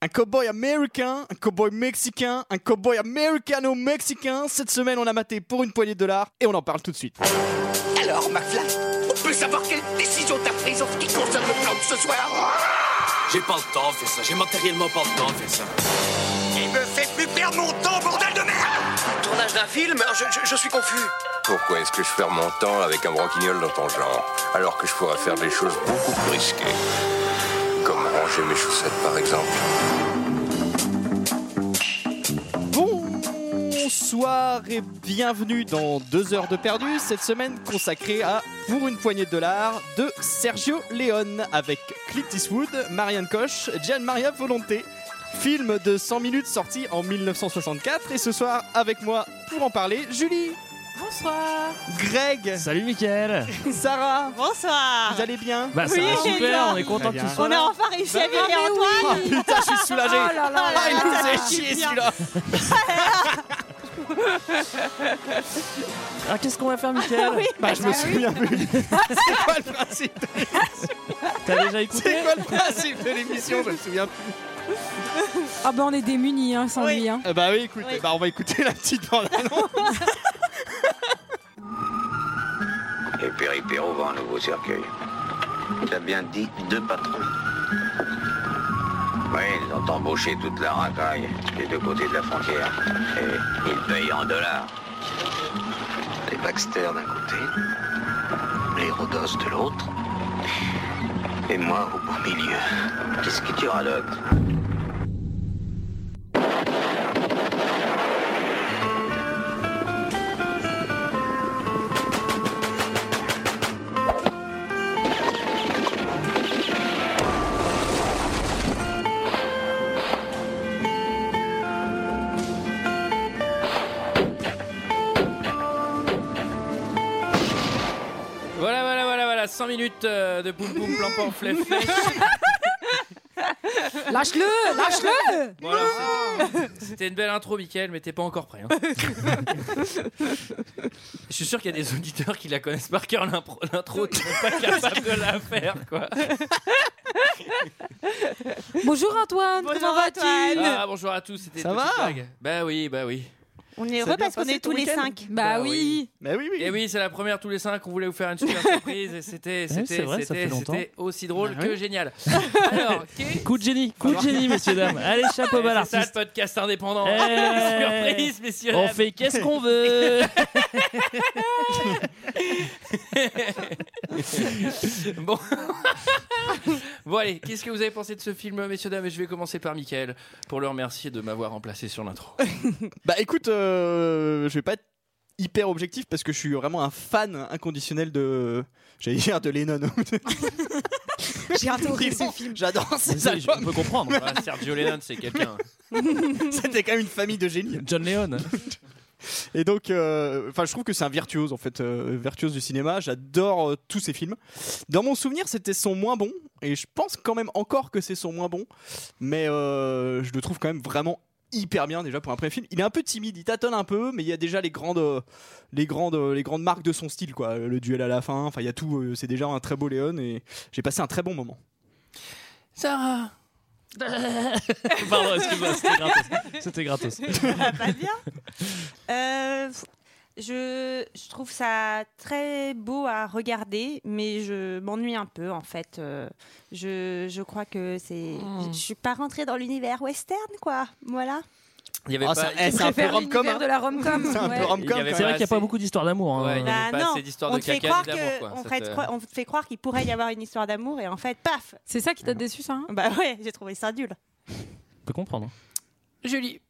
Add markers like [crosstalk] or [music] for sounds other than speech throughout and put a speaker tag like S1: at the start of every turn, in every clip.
S1: Un cowboy américain, un cowboy mexicain, un cowboy américano-mexicain. Cette semaine, on a maté pour une poignée de dollars et on en parle tout de suite.
S2: Alors, McFly, on peut savoir quelle décision t'as prise en ce qui concerne le plan de ce soir
S3: J'ai pas le temps de faire ça, j'ai matériellement pas le temps de faire ça.
S2: Il me fait plus perdre mon temps, bordel de merde
S4: Tournage d'un film je, je- je suis confus.
S5: Pourquoi est-ce que je perds mon temps avec un branquignol dans ton genre Alors que je pourrais faire des choses beaucoup plus risquées. Comme ranger mes chaussettes par exemple.
S1: Bonsoir et bienvenue dans 2 heures de perdu, cette semaine consacrée à Pour une poignée de dollars de Sergio Leone avec Clint Eastwood, Marianne Koch, Gian Maria Volonté. Film de 100 minutes sorti en 1964 et ce soir avec moi pour en parler Julie,
S6: Bonsoir.
S1: Greg,
S7: Salut Mickaël
S1: [laughs] Sarah.
S6: Bonsoir.
S1: Vous allez bien
S7: Bah ça
S6: Oui,
S7: va
S6: et toi
S7: super, on est
S1: Très
S7: content que
S1: bien.
S7: tu sois
S6: On a
S7: là.
S6: enfin réussi à
S1: Ah,
S6: virer
S1: mais oui.
S6: Antoine.
S1: Ah, putain, je suis soulagé.
S6: Oh là là
S1: Ah, il
S6: là
S1: nous
S6: là,
S1: a
S6: ça
S1: chié
S6: fait bien.
S1: celui-là.
S7: Ah qu'est-ce qu'on va faire Mickaël
S1: Bah, je me souviens plus. C'est quoi le principe de-
S7: T'as déjà écouté
S1: C'est quoi le principe de l'émission Je me souviens plus.
S8: Ah bah on est démunis hein, sans
S6: Oui.
S8: lui. Hein.
S1: Euh, bah oui, écoute,
S6: Oui.
S1: bah, on va écouter [laughs] la petite bande
S9: Et Péripéro vend un nouveau cercueil. Tu as bien dit deux patrons. Oui, ils ont embauché toute la racaille des deux côtés de la frontière. Et ils payent en dollars. Les Baxter d'un côté, les Rhodos de l'autre, et moi au beau milieu. Qu'est-ce que tu radotes
S7: [laughs] Voilà voilà voilà voilà 5 minutes euh, de boum boum plan pamphlet flèche.
S8: Lâche-le, lâche-le.
S7: Voilà, c'était- C'était une belle intro Mickaël mais t'es pas encore prêt. hein. Je suis sûr qu'il y a des auditeurs qui la connaissent par cœur l'impro- l'intro, qui sont pas capables de la faire quoi.
S8: Bonjour Antoine,
S6: Bonjour,
S8: comment vas-tu
S6: Antoine.
S7: Ah bonjour à tous, c'était
S1: Ça
S7: une
S1: va
S7: petite blague. Bah oui bah oui.
S6: On est
S1: bien
S6: heureux parce qu'on
S1: passé
S6: est
S1: ton
S6: tous les
S1: week-end
S6: cinq.
S8: Bah
S7: Bah
S8: oui.
S1: Mais oui,
S7: Et Eh oui, c'est la première tous les cinq. On voulait vous faire une
S10: [laughs]
S7: super surprise et c'était Ouais, c'est c'était vrai, ça c'était fait longtemps. c'était aussi drôle Bah que
S10: [laughs]
S7: oui. génial. Alors, qu'est-
S10: Coup de génie, coup de génie, messieurs dames.
S6: [laughs]
S10: Allez, chapeau bas
S7: c'est ça le
S10: l'artiste.
S7: podcast indépendant.
S10: Eh.
S7: [laughs] Surprise, messieurs.
S10: On fait qu'est-ce qu'on
S6: [laughs]
S10: veut.
S7: Bon. [laughs] bon allez, qu'est-ce que vous avez pensé de ce film, messieurs dames Et je vais commencer par Michael pour le remercier de m'avoir remplacé
S10: [laughs]
S7: sur l'intro.
S1: Bah écoute, euh, je vais pas être hyper objectif parce que je suis vraiment un fan inconditionnel de. J'allais dire de Lennon.
S6: [laughs] J'ai adoré ce film.
S1: J'adore ces
S10: Ça, je
S1: albums.
S10: peux
S7: [laughs]
S10: comprendre.
S7: Ah, Sergio Leone, c'est quelqu'un.
S1: C'était quand même une famille de génie.
S10: [laughs] John Lennon.
S1: Et donc, euh, enfin, je trouve que c'est un virtuose en fait, euh, virtuose du cinéma. J'adore euh, tous ses films. Dans mon souvenir, c'était son moins bon, et je pense quand même encore que c'est son moins bon, mais euh, je le trouve quand même vraiment hyper bien déjà pour un premier film. Il est un peu timide, il tâtonne un peu, mais il y a déjà les grandes, euh, les grandes, euh, les grandes marques de son style quoi. Le duel à la fin, enfin, il y a tout. euh, c'est déjà un très beau Léon, et j'ai passé un très bon moment.
S7: Sarah.
S10: Pardon, excuse-moi, c'était gratos. C'était gratos.
S6: Ah,
S10: [laughs]
S6: pas bien. Euh, je, je trouve ça très beau à regarder, mais je m'ennuie un peu en fait. Euh, je, je crois que c'est.
S10: Hmm.
S6: Je, je suis pas rentrée dans l'univers western, quoi. Voilà.
S7: Il y
S10: Oh,
S7: avait
S1: Ah,
S7: pas.
S1: c'est- eh, c'est un peu
S8: Préfère
S1: rom-com.
S8: l'univers
S1: hein.
S8: de la rom-com.
S1: C'est un peu
S8: ouais.
S1: rom-com.
S7: Il y avait
S1: quand
S10: [laughs] C'est
S1: même.
S10: vrai qu'il n'y a pas beaucoup d'histoires d'amour. hein.
S7: Ouais, il y avait
S6: Bah,
S7: pas
S6: non.
S7: assez d'histoires
S6: on
S7: de
S6: te fait
S7: caca
S6: croire
S7: et d'amour.
S6: que,
S7: quoi. euh,
S6: on,
S7: Ça
S6: fait
S7: te-
S6: croire- on te fait croire qu'il pourrait y avoir une histoire d'amour, et en fait, paf
S8: C'est ça qui t'a déçu ça hein
S6: Bah [laughs] ouais, j'ai trouvé ça nul.
S10: Je peux comprendre.
S7: Julie.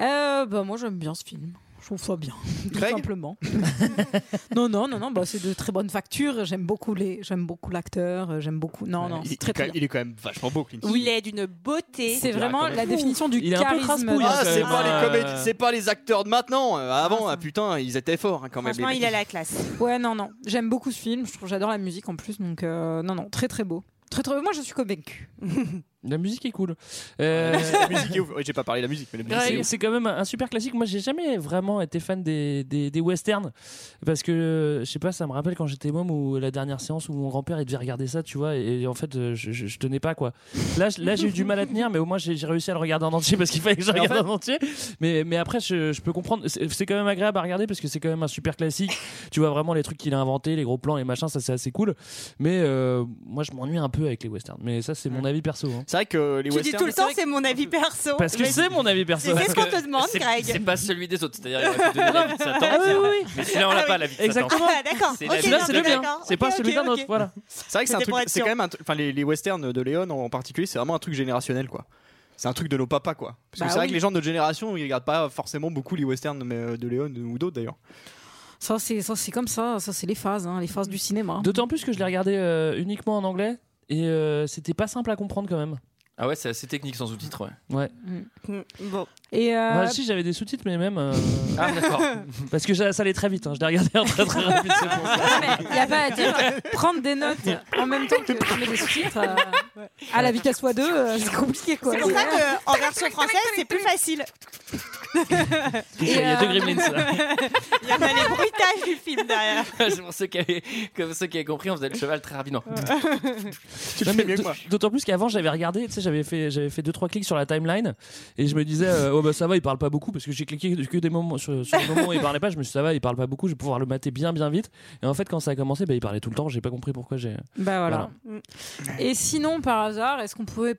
S8: euh, Bah moi j'aime bien ce film. Je trouve ça bien, tout
S1: Greg
S8: simplement. [laughs] non, non, non, non, bah, c'est de très bonne facture. J'aime beaucoup les, j'aime beaucoup l'acteur, euh, j'aime beaucoup. Non, non,
S1: il,
S8: c'est
S1: est quand
S8: très, très
S1: même-
S8: bien.
S1: il est quand même vachement beau, Clint.
S6: Il est d'une beauté.
S8: C'est vraiment la définition du
S10: Il est un peu
S8: charisme.
S10: crasse-couille,
S1: Ah,
S10: hein,
S1: c'est
S10: quand
S1: pas,
S10: même,
S1: les
S10: hein.
S1: comédies, c'est pas les acteurs de maintenant. Euh, avant,
S8: Ah, ça.
S1: ah, putain, ils étaient forts hein, quand même.
S6: Franchement,
S1: les
S6: il a la classe.
S8: Ouais, non, non. J'aime beaucoup ce film. Je trouve, j'adore la musique en plus. Donc, euh, non, non, très, très beau. Très, très beau. Moi, je suis convaincue.
S10: La musique est cool. Euh,
S1: La musique est ouf. Ouais, J'ai pas parlé de la musique, mais la musique
S10: Greg,
S1: est ouf.
S10: c'est quand même un un super classique. Moi, j'ai jamais vraiment été fan des, des, des westerns parce que euh, je sais pas, ça me rappelle quand j'étais môme ou la dernière séance où mon grand-père il devait regarder ça, tu vois, et, et en fait, euh, je, je- je tenais pas quoi. Là, je- là, j'ai eu du mal à tenir, mais au moins j'ai j'ai réussi à le regarder en entier parce qu'il fallait que je
S7: Mais en
S10: regarde
S7: fait-
S10: en entier. Mais, mais après, je, je peux comprendre. C'est c'est quand même agréable à regarder parce que c'est quand même un super classique. tu vois vraiment les trucs qu'il a inventés, les gros plans, les machins, ça c'est assez cool. Mais euh, moi, je m'ennuie un peu avec les westerns. Mais ça, c'est mon avis perso. hein.
S1: C'est vrai que les
S6: Tu dis
S1: westerns.
S6: tout le temps, c'est mon avis perso.
S10: Parce que
S6: Mais-
S10: c'est mon avis perso.
S6: Qu'est-ce qu'on te demande,
S7: C'est- C'est
S6: Greg
S7: pas celui des autres, c'est-à-dire il aurait pu donner la vie de Satan.
S10: Ah oui, oui, oui.
S7: Mais celui-là, on l'a pas, la vie de Satan.
S10: Exactement.
S6: Ah, d'accord.
S7: C'est
S6: Ok,
S7: la-
S10: Celui-là,
S6: non,
S10: c'est
S6: mais
S10: le bien.
S6: d'accord.
S10: C'est pas
S6: Ok,
S10: celui d'un
S6: ok,
S10: autre.
S6: ok.
S10: Voilà.
S1: C'est vrai que c'est un
S6: C'était
S1: truc.
S6: pour être
S1: C'est
S6: sûr.
S1: quand même un truc- Enfin, les, les westerns de Léon en particulier, c'est vraiment un truc générationnel, quoi. C'est un truc de nos papas, quoi. Parce que
S8: Bah
S1: c'est vrai
S8: oui.
S1: que les gens de notre génération, ils regardent pas forcément beaucoup les westerns mais, euh, de Léon ou d'autres d'ailleurs.
S8: Ça, c'est ça, c'est comme ça. Ça, c'est les phases, hein, les phases du cinéma.
S10: D'autant plus que je l'ai regardé euh, uniquement en anglais et euh, c'était pas simple à comprendre quand même.
S7: Ah ouais, c'est assez technique sans sous-titres, ouais.
S10: Ouais.
S6: Mm, Bon.
S8: Et euh,
S10: Moi aussi j'avais des sous-titres mais même euh,
S7: Ah
S10: [laughs]
S7: d'accord. [laughs]
S10: parce que ça ça allait très vite. hein. Je l'ai regardé en très très
S8: [laughs]
S10: rapide. c'est pour ça.
S8: il n'y a pas à dire prendre des notes en même temps que tu mets des sous-titres euh, à la vitesse x2, euh, c'est compliqué quoi.
S6: C'est pour ça qu'en version française, c'est plus facile.
S10: Il y a
S8: euh,
S10: deux gremlins là.
S6: Il y en a les bruitages du film derrière.
S7: c'est pour ceux qui avaient, comme ceux qui avaient compris, on faisait le cheval très rapidement.
S1: [laughs] Tu le
S10: Non,
S1: fais
S10: mais
S1: mieux que moi.
S10: d- D'autant plus qu'avant j'avais regardé, tu sais, j'avais fait j'avais fait deux trois clics sur la timeline et je me disais euh, oh bah ça va, il parle pas beaucoup parce que j'ai cliqué que des moments sur, sur le moment où il parlait pas, je me suis dit, ça va, il parle pas beaucoup, je vais pouvoir le mater bien bien vite. Et en fait quand ça a commencé, bah, il parlait tout le temps, j'ai pas compris pourquoi j'ai
S8: Bah voilà. Mm. Et sinon, par hasard, est-ce qu'on pouvait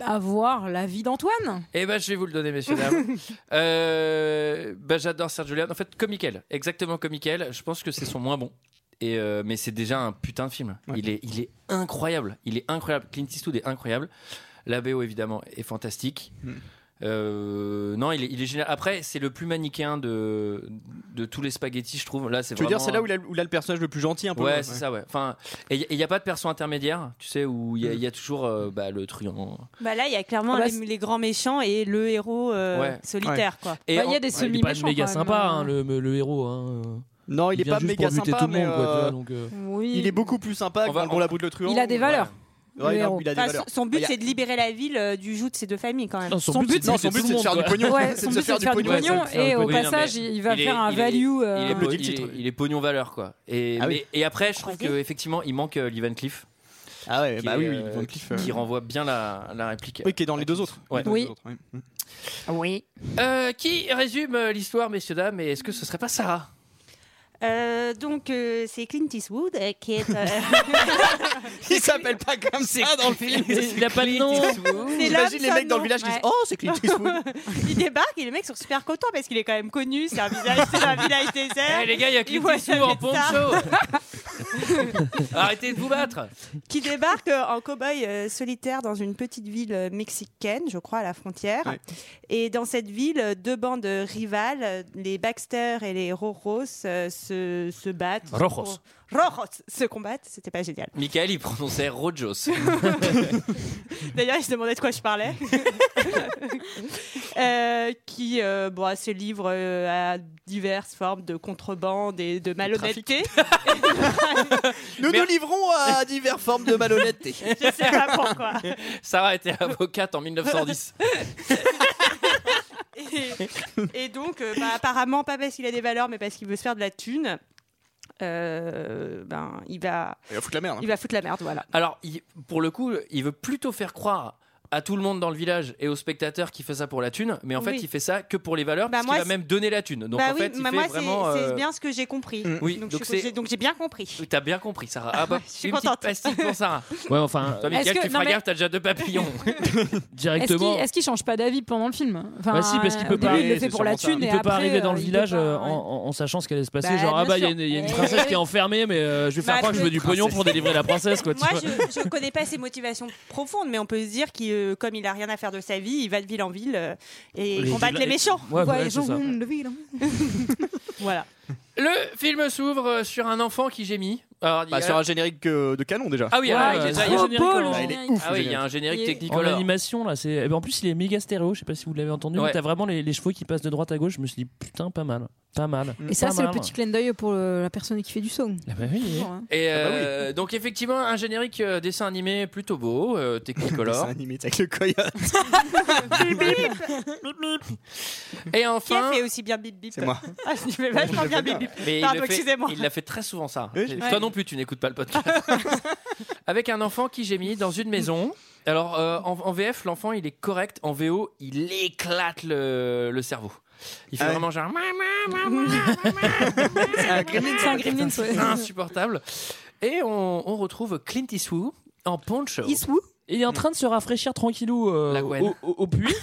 S8: avoir l'avis d'Antoine
S7: Eh ben, je vais vous le donner, messieurs,
S1: [laughs]
S7: dames. Euh, ben, j'adore Serge Julian. En fait, comme Michael. Exactement comme Michael. Je pense que c'est son moins bon. Et euh, mais c'est déjà un putain de film.
S1: Ouais.
S7: Il, est, il est incroyable. Il est incroyable. Clint Eastwood est incroyable. La BO, évidemment, est fantastique.
S1: Mm.
S7: Euh, non, il est, il est génial. Après, c'est le plus manichéen de, de tous les spaghettis, je trouve. Là, c'est
S1: Tu veux dire,
S7: vraiment-
S1: c'est là où il, a, où il a le personnage le plus gentil, un peu
S7: Ouais,
S1: ouais.
S7: c'est ça, ouais. Enfin, et il n'y a pas de perso intermédiaire, tu sais, où il y, a-
S1: Hmm.
S7: il y a toujours euh, bah, le truand.
S6: Bah là, il y a clairement
S8: Ah bah,
S6: les, les grands méchants et le héros euh,
S7: Ouais.
S6: solitaire, quoi.
S7: Et
S8: Bah, Il y
S7: en-
S8: a des
S10: il est pas
S8: semi-méchants.
S10: méga
S8: quand même,
S10: sympa hein,
S8: hein.
S10: le, le héros hein. euh.
S1: Non, il, est
S10: vient
S1: pas
S10: juste
S1: méga
S10: pour buter
S1: sympa,
S10: tout le
S1: mais
S10: monde, quoi, tu
S1: euh,
S10: vois, donc, euh,
S8: Oui.
S1: il est beaucoup plus sympa
S7: On va-
S1: que Bon la boule de truand.
S8: Il a des valeurs.
S1: Ouais, il a-
S8: héros.
S1: il a des
S6: Enfin,
S1: valeurs.
S6: son- son but,
S1: Bah, y a-
S6: c'est de libérer la ville euh, du joug de ces deux familles, quand même.
S10: Non, son,
S8: Son but,
S10: but,
S1: Non, son but, c'est de faire du pognon.
S8: Ouais,
S1: C'est
S8: son
S1: de
S8: but,
S1: se
S8: c'est
S1: faire du pognon.
S10: pognon. Ouais, c'est de
S8: et
S10: faire
S8: au
S10: du
S7: pognon.
S8: passage,
S7: Oui, non, mais
S8: il va
S7: il est-
S8: faire un
S7: il est-
S8: value. euh,
S7: Il est,
S1: Le
S7: po-
S1: dit
S7: il, est,
S1: titre.
S7: il est pognon valeur quoi. Et,
S1: Ah
S7: mais-
S1: oui.
S7: et après, je trouve
S6: Croisé.
S7: qu'effectivement, il manque euh, Lee Van Cleef
S1: Ah
S10: Eh
S1: ouais,
S7: qui
S1: bah
S7: est,
S1: oui, oui,
S7: euh,
S1: Van Cleef,
S7: qui
S1: euh,
S7: renvoie bien la, la réplique.
S1: Oui, qui est dans les deux autres.
S7: Ouais.
S1: Dans les
S8: Oui.
S1: deux autres, ouais.
S8: Oui.
S7: Euh, qui résume euh, l'histoire, messieurs, dames Et est-ce que ce serait pas Sarah
S6: Euh, donc, euh, c'est Clint Eastwood euh, qui est.
S1: [laughs]
S6: euh,
S1: Il
S6: [laughs]
S1: s'appelle pas comme ça dans le film.
S10: Il a pas de nom.
S6: c'est l'homme
S1: J'imagine les
S6: sans
S1: mecs dans le
S6: nom.
S1: village qui disent
S6: Ouais.
S1: Oh, c'est Clint [laughs] Eastwood.
S6: [laughs] il débarque et les mecs sont super contents parce qu'il est quand même connu. C'est un village, c'est un village désert.
S7: Eh, les gars, il y a
S6: Il
S7: Clint
S6: voit
S7: Eastwood
S6: jamais
S7: en poncho Arrêtez de vous battre
S6: qui débarque euh, en cow-boy euh, solitaire dans une petite ville euh, mexicaine, je crois, à la frontière.
S1: Ouais.
S6: Et dans cette ville, euh, deux bandes euh, rivales, euh, les Baxter et les Rojos, euh, se, se battent.
S10: Rojos.
S6: Rojos se combattent, c'était pas génial.
S7: Michael, il prononçait Rojos.
S6: D'ailleurs, il se demandait de quoi je [laughs] parlais. Euh, qui, euh, bon, se livre euh, à diverses formes de contrebande et de malhonnêteté.
S1: Nous
S7: Mer-
S1: nous livrons [laughs] à diverses formes de malhonnêteté.
S6: [laughs] je sais pas [laughs] pourquoi.
S7: Sarah était avocate en 1910.
S6: et, et donc, euh, bah, apparemment, pas parce qu'il a des valeurs, mais parce qu'il veut se faire de la thune. euh, ben, il va,
S1: Il va foutre la merde. hein.
S6: il va foutre la merde, voilà.
S7: Alors, il- pour le coup, il veut plutôt faire croire à tout le monde dans le village et aux spectateurs qu'il fait ça pour la thune, mais en fait,
S6: Oui.
S7: il fait ça que pour les valeurs,
S6: Bah,
S7: parce
S6: moi,
S7: qu'il va
S6: c'est-
S7: même donner la thune. Donc,
S6: bah
S7: en
S6: oui,
S7: fait, il
S6: bah
S7: fait
S6: moi, c'est
S7: vraiment.
S6: c'est
S7: euh,
S6: bien ce que j'ai compris.
S1: Mm.
S7: Oui,
S6: donc
S7: donc
S6: je suis
S7: c'est-
S6: contente- donc j'ai bien compris.
S7: T'as bien compris, Sarah.
S8: [laughs]
S7: Ah bah,
S6: Je suis
S7: une petite
S6: contente.
S7: pastille pour Sarah.
S10: Ouais, enfin
S7: Toi, Mickaël,
S8: que-
S7: tu
S8: non,
S7: feras
S8: mais-
S7: gaffe, t'as déjà deux papillons.
S8: [laughs] Est-ce qu'il
S10: [laughs] directement.
S8: est change pas d'avis pendant le film enfin,
S10: Bah si, parce qu'il
S8: euh,
S10: peut
S8: au début,
S10: pas-
S8: Il le
S1: c'est
S8: fait pour la
S1: sûrement ça.
S8: thune.
S10: Il
S8: et
S10: peut pas
S8: après,
S10: arriver dans
S8: euh,
S10: le
S8: il
S10: village
S8: peut pas,
S10: euh,
S8: ouais.
S10: en, en- en sachant ce qu'elle allait se passer.
S6: Bah,
S10: genre, ah
S6: bien
S10: bah, il y, a
S6: sûr.
S10: une- il y a une
S6: Eh.
S10: princesse qui est enfermée, mais euh, je vais faire
S6: Bah,
S10: croire que je
S6: je-
S10: veux du pognon pour délivrer la princesse, quoi. tu
S6: Moi,
S10: vois.
S6: je, je connais pas ses motivations profondes, mais on peut se dire qu'il, euh, comme il a rien à faire de sa vie, il va de ville en ville euh, et
S10: Les
S6: combattre les
S10: villes-
S6: méchants.
S10: Ouais, bah,
S8: Ouais,
S10: ouais, c'est ça.
S8: Jean-Monde de Ville.
S6: Voilà.
S7: Le film s'ouvre euh, sur un enfant qui gémit. Alors, il y a-
S1: Bah, sur un générique euh, de canon déjà.
S7: Ah oui, alors,
S10: Ouais,
S7: il y a-
S10: c'est
S7: il y
S10: trop
S7: a-
S8: Trop
S10: générique
S8: beau
S10: en-
S8: le
S10: Ah, il est
S8: générique.
S7: Ah oui, il y a un générique
S8: Il est-
S10: En
S7: technicolor.
S10: animation, Oh, là, c'est. eh ben, En plus, il est méga stéréo, je sais pas si vous l'avez entendu,
S7: Ouais.
S10: mais t'as vraiment les, les chevaux qui passent de droite à gauche. Je me suis dit, putain, pas mal. Pas mal.
S8: Et ça,
S10: Pas
S8: c'est le
S10: mal. hein.
S8: petit clin d'œil pour euh, la personne qui fait du son.
S10: Ah bah oui.
S8: Toujours, hein.
S7: Et
S10: Ah bah oui.
S7: euh, donc effectivement un générique euh, dessin animé plutôt beau, euh,
S1: [laughs]
S7: technicolor.
S1: Dessin animé avec le coyote.
S7: Et
S6: Qui a
S7: enfin,
S6: fait aussi bien bip bip
S1: C'est [laughs] moi.
S6: Ah, je fais vachement bien bip bip.
S7: Mais il
S6: Pardon,
S7: le fait-
S6: excusez-moi.
S7: Il l'a fait très souvent ça.
S1: Oui, je l'ai
S7: Toi
S6: fait.
S7: non plus, tu n'écoutes pas
S6: [laughs]
S7: le podcast. Avec un enfant qui gémit dans une maison. Alors euh, en, en VF, l'enfant il est correct. En VO, il éclate le, le cerveau. Il fait
S1: Ah ouais.
S7: vraiment genre [laughs]
S8: C'est un Gremlins, ouais.
S7: insupportable. Et on, on retrouve Clint Eastwood en poncho.
S8: Iswoo
S10: Il est en train de se rafraîchir tranquillou euh,
S7: Mm. La Gwen.
S10: au, au- au
S7: [laughs]
S10: puits.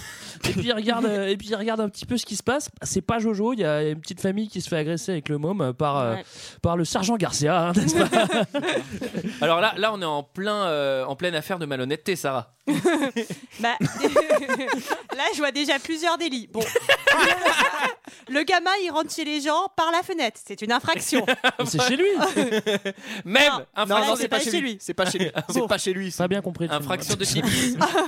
S10: et puis il regarde, euh, et puis il regarde un petit peu ce qui se passe. C'est pas Jojo. Il y a une petite famille qui se fait agresser avec le môme euh, par euh,
S6: Ouais.
S10: par le sergent Garcia, hein, n'est-ce pas
S7: [laughs] Alors là, là on est en plein euh, en pleine affaire de malhonnêteté, Sarah.
S6: Bah, [laughs] là, je vois déjà plusieurs délits. [laughs] Bon. Le gamin, il rentre chez les gens par la fenêtre. C'est une [laughs] infraction.
S10: Ah, C'est chez lui.
S7: [laughs] Même
S6: Non,
S7: infraction,
S6: non, non, c'est pas chez lui.
S1: C'est pas chez lui. C'est pas chez lui.
S10: Pas bien compris. le film.
S7: infraction de type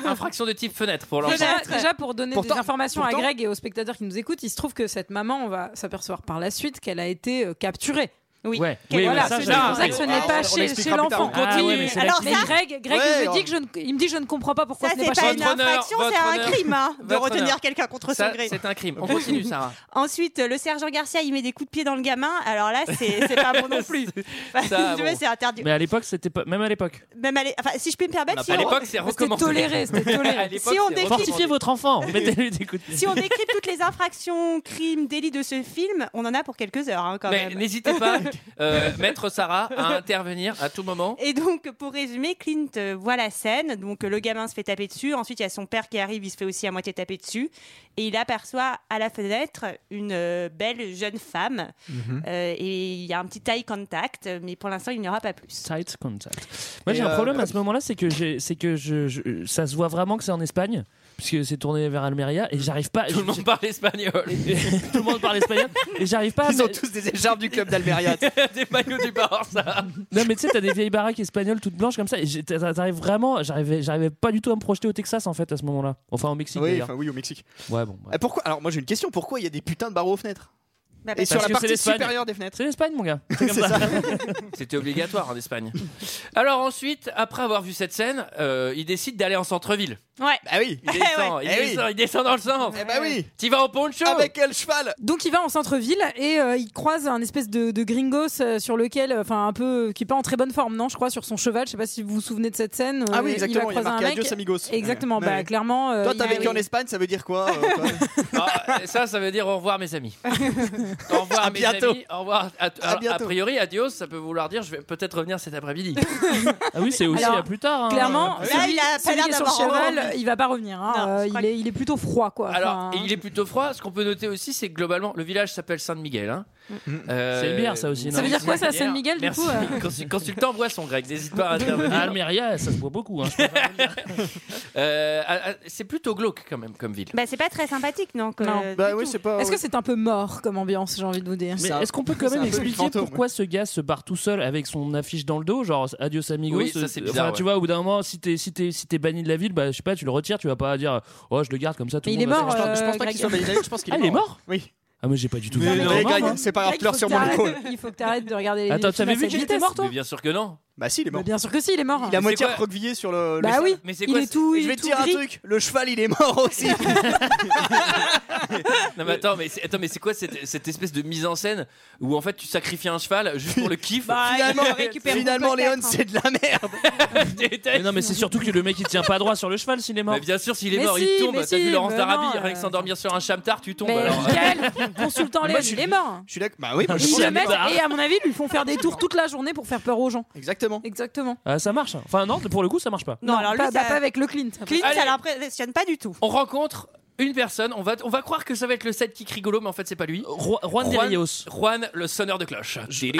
S7: infraction de type fenêtre pour l'enfant.
S6: Fenêtre.
S8: Déjà, déjà, pour donner
S1: Pourtant-
S8: des informations
S1: pourtant-
S8: à Greg et aux spectateurs qui nous écoutent, il se trouve que cette maman, on va s'aperceoir par la suite qu'elle a été euh, capturée.
S6: Oui.
S10: Ouais.
S6: Quel-
S10: Oui,
S8: voilà,
S10: mais ça,
S8: c'est
S10: j'avais
S8: pour ça
S10: compris.
S8: que ce n'est
S1: on-
S8: pas
S1: on
S8: chez,
S1: expliquera
S8: chez
S1: plus
S8: l'enfant.
S1: tard,
S10: on continue. Ah ouais, mais c'est la
S6: Alors
S8: Mais
S6: ça,
S8: Greg, Greg
S1: Ouais,
S8: il, me
S1: alors-
S8: dit que je ne, il me dit je ne comprends pas pourquoi
S6: ça
S8: ce n'est
S6: c'est
S8: pas,
S6: pas
S8: chez
S6: une
S8: l'enfant.
S7: honneur,
S6: infraction,
S7: votre
S6: c'est un
S7: honneur.
S6: crime hein, de
S7: Votre honneur.
S6: retenir quelqu'un contre
S7: Ça,
S6: son gré.
S7: c'est un crime.
S6: [laughs]
S7: On continue, Sarah.
S6: Ensuite, le sergent Garcia, il met des coups de pied dans le gamin. Alors là, c'est c'est pas [laughs] bon non plus. Enfin,
S7: ça,
S6: tu vois,
S7: bon.
S6: c'est interdit.
S10: Mais à l'époque, c'était pas. Même à l'époque.
S6: Même à l'é- enfin, si je peux me permettre, si
S7: Bah, à
S6: on- [laughs]
S7: l'époque, c'est
S8: C'était
S7: recommandé.
S8: toléré,
S7: [laughs]
S8: c'était
S7: À
S8: toléré.
S7: l'époque,
S6: Si on
S7: c'est
S6: décrit-
S7: recommandé.
S10: Fortifiez votre
S6: [laughs]
S10: enfant. Mettez-lui des coups de pied.
S6: si on décrit toutes les infractions, crimes, délits de ce film, on en a pour quelques heures hein, quand
S7: Mais
S6: même.
S7: n'hésitez
S1: [laughs]
S7: pas, euh, maître Sarah, à intervenir à tout moment.
S6: Et donc, pour résumer, Clint euh, voit la scène. Donc, euh, le gamin se fait taper dessus. Ensuite, il y a son père qui arrive. Il se fait aussi à moitié taper dessus. Et il aperçoit à la fenêtre une euh, belle jeune femme.
S10: Mhm.
S6: Euh, et il y a un petit eye contact. Mais pour l'instant, il n'y aura pas plus.
S10: Sight contact. Moi,
S1: Et,
S10: j'ai
S1: euh,
S10: un problème à ce moment-là, c'est que j'ai- c'est que je, je- ça se voit vraiment que c'est en Espagne, puisque c'est tourné vers Almeria, et j'arrive pas.
S7: Tout le monde parle espagnol.
S10: tout le monde parle espagnol, et j'arrive pas. à-
S1: Ils ont tous des écharpes du club d'Almeria.
S7: [laughs] Des maillots du Barça.
S10: Non, mais tu sais, t'as des vieilles baraques espagnoles toutes blanches comme ça, et j'ai- t'a- t'arrives vraiment. J'arrivais, j'arrivais pas du tout à me projeter au Texas en fait à ce moment-là. Enfin, au Mexique
S1: Oui,
S10: d'ailleurs.
S1: enfin, oui, au Mexique.
S10: Ouais, bon.
S1: Euh,
S10: bref.
S1: Pourquoi Alors moi j'ai une question. Pourquoi il y a des putains de barreaux aux fenêtres
S6: Bah,
S1: Et
S6: parce-
S1: sur la
S10: que c'est
S1: partie
S10: l'Espagne.
S1: supérieure des fenêtres
S10: C'est l'Espagne, mon gars.
S1: C'est ça.
S7: C'était obligatoire en Espagne. Alors ensuite, après avoir vu cette scène, euh, il décide d'aller en centre-ville.
S6: Ouais.
S1: Bah oui.
S7: Il descend, il,
S1: [laughs] Eh oui.
S7: descend il descend dans le centre.
S1: Eh bah oui.
S7: T'y vas au poncho
S1: Avec quel cheval
S8: Donc il va en centre-ville et euh, il croise un espèce de, de gringos euh, sur lequel, euh, enfin un peu, qui est pas en très bonne forme, non, je crois, sur son cheval. Je sais pas si vous vous souvenez de cette scène.
S1: Ah
S8: euh,
S1: oui, exactement. Il, y a
S8: croiser
S1: marqué
S8: un mec.
S1: Adios amigos.
S8: Exactement,
S1: Ouais.
S8: bah clairement. euh,
S1: Toi,
S8: il
S1: t'as
S8: a-
S1: vécu en Espagne, ça veut dire quoi euh, toi
S7: Ah, ça, ça veut dire au revoir, mes
S8: [laughs]
S7: amis. au revoir,
S1: À
S7: mes
S1: bientôt.
S7: amis. Au revoir.
S1: À
S7: À- a- a
S1: bientôt.
S7: priori, adios, ça peut vouloir dire je vais peut-être revenir cet après-midi.
S10: Ah oui, c'est aussi
S8: Alors,
S10: à plus tard. hein.
S8: Clairement,
S6: Oh, Là,
S8: celui-
S6: il a pas
S8: celui
S6: l'air
S8: qui est sur
S6: d'avoir
S8: le cheval,
S6: envie.
S8: il va pas revenir. hein.
S6: Non, je
S8: Euh,
S6: crois
S8: il, est, il est plutôt froid, quoi.
S7: Alors,
S8: Enfin,
S7: il est plutôt froid. Ce qu'on peut noter aussi, c'est que globalement, le village s'appelle Saint-Miguel. hein. Euh,
S10: Mm-hmm. C'est une bière, ça aussi, non
S8: Ça veut dire quoi, ça,
S7: c'est une bière.
S8: Saint-Miguel, du
S7: Merci.
S8: coup, euh
S7: Consu- Consultant en boisson, Greg, n'hésite pas à intervenir.
S10: À Almeria, ça se voit beaucoup. hein, je préfère le dire.
S7: Euh, ah, ah, c'est plutôt glauque quand même comme ville.
S6: Bah, c'est pas très sympathique, non que-
S8: Non.
S6: du
S1: Bah
S6: tout.
S1: oui, c'est pas.
S8: Est-ce que c'est un peu mort comme ambiance, j'ai envie de vous dire
S10: Mais
S1: C'est un-
S10: est-ce qu'on peut quand
S1: c'est
S10: même
S1: un peu le
S10: expliquer
S1: fantôme.
S10: pourquoi ce gars se barre tout seul avec son affiche dans le dos, genre adios amigos euh,
S7: Oui, ça, c'est
S10: enfin,
S7: bizarre,
S10: Tu vois, au bout d'un moment, si t'es si t'es- si t'es banni de la ville, bah je sais pas, tu le retires, tu vas pas dire oh je le garde comme ça. Tout
S8: Mais
S10: le
S8: il
S10: monde
S8: est
S10: va
S8: mort,
S10: s'en-
S8: euh,
S1: Je pense pas
S8: Greg.
S1: qu'il soit validé, je pense qu'il
S10: Ah, il est mort
S1: Oui.
S10: Ah mais j'ai pas du tout.
S1: Mais
S10: vu.
S1: non,
S10: Il est
S1: les
S10: mort,
S1: gars,
S10: hein.
S1: c'est pas grave,
S8: Greg, il
S1: pleure
S8: faut
S1: sur
S8: que
S1: mon
S8: t'arrêtes-
S1: épaule.
S8: Il faut que tu arrêtes de regarder les
S10: Attends,
S8: les
S10: tu savais
S8: films à
S10: vu
S8: cette
S10: qu'il était
S8: vitesse.
S10: mort toi
S7: Mais bien sûr que non.
S1: Bah si, il est
S8: Mais
S1: mort.
S8: Bien sûr que si, il est mort.
S1: Il a moitié
S7: quoi
S1: recroquevillé sur le. le
S8: Bah
S1: cheval.
S8: oui,
S7: Mais c'est
S8: il
S7: quoi
S8: est
S7: ce- [laughs]
S8: tout.
S1: Je
S8: il
S1: vais
S8: est
S1: te
S8: tout
S1: dire un
S8: gris.
S1: truc, le cheval il est mort aussi.
S7: Non mais attends, mais c'est, attends, mais c'est quoi cette, cette espèce de mise en scène où en fait tu sacrifies un cheval juste pour le kiff
S8: [laughs] Bah,
S1: finalement,
S6: récupère mon
S1: finalement
S6: cocktail,
S1: Léon,
S6: hein.
S1: c'est de la merde.
S7: T'es-
S10: Mais
S7: t'es-
S10: non mais c'est surtout que le mec il tient pas droit sur le cheval s'il est mort.
S7: Mais Bah, bien sûr, s'il est
S8: Mais
S7: mort, il
S8: si,
S7: tombe.
S8: mais
S7: T'as
S8: si,
S7: vu Laurence
S8: mais
S7: d'Arabie,
S8: non,
S7: rien que
S8: euh,
S7: s'endormir sur un chamtard, tu tombes.
S8: Mais
S7: alors.
S8: [laughs]
S7: euh.
S8: Michael,
S1: [laughs]
S8: consultant
S1: Moi,
S8: Léon,
S1: je suis-
S8: il est mort.
S1: Je suis d'accord. Bah oui, moi, je
S8: Ils
S1: suis
S8: le
S1: d'accord.
S8: mettent, et à mon avis, ils lui font faire des tours toute la journée pour faire peur aux gens.
S1: Exactement.
S8: Exactement.
S10: Ah, ça marche. Enfin non, pour le coup ça marche pas.
S6: Non, alors lui,
S8: pas,
S6: ça-
S8: bah, pas avec le Clint.
S6: Clint,
S7: Allez.
S6: ça l'impressionne pas du
S8: [laughs]
S6: tout.
S7: On rencontre une personne. On va, on va croire que ça va être le sidekick rigolo, mais en fait c'est pas lui.
S10: Ro- Juan de
S7: Juan-
S10: Rios.
S7: Juan, le sonneur de cloche.
S10: [laughs] C'est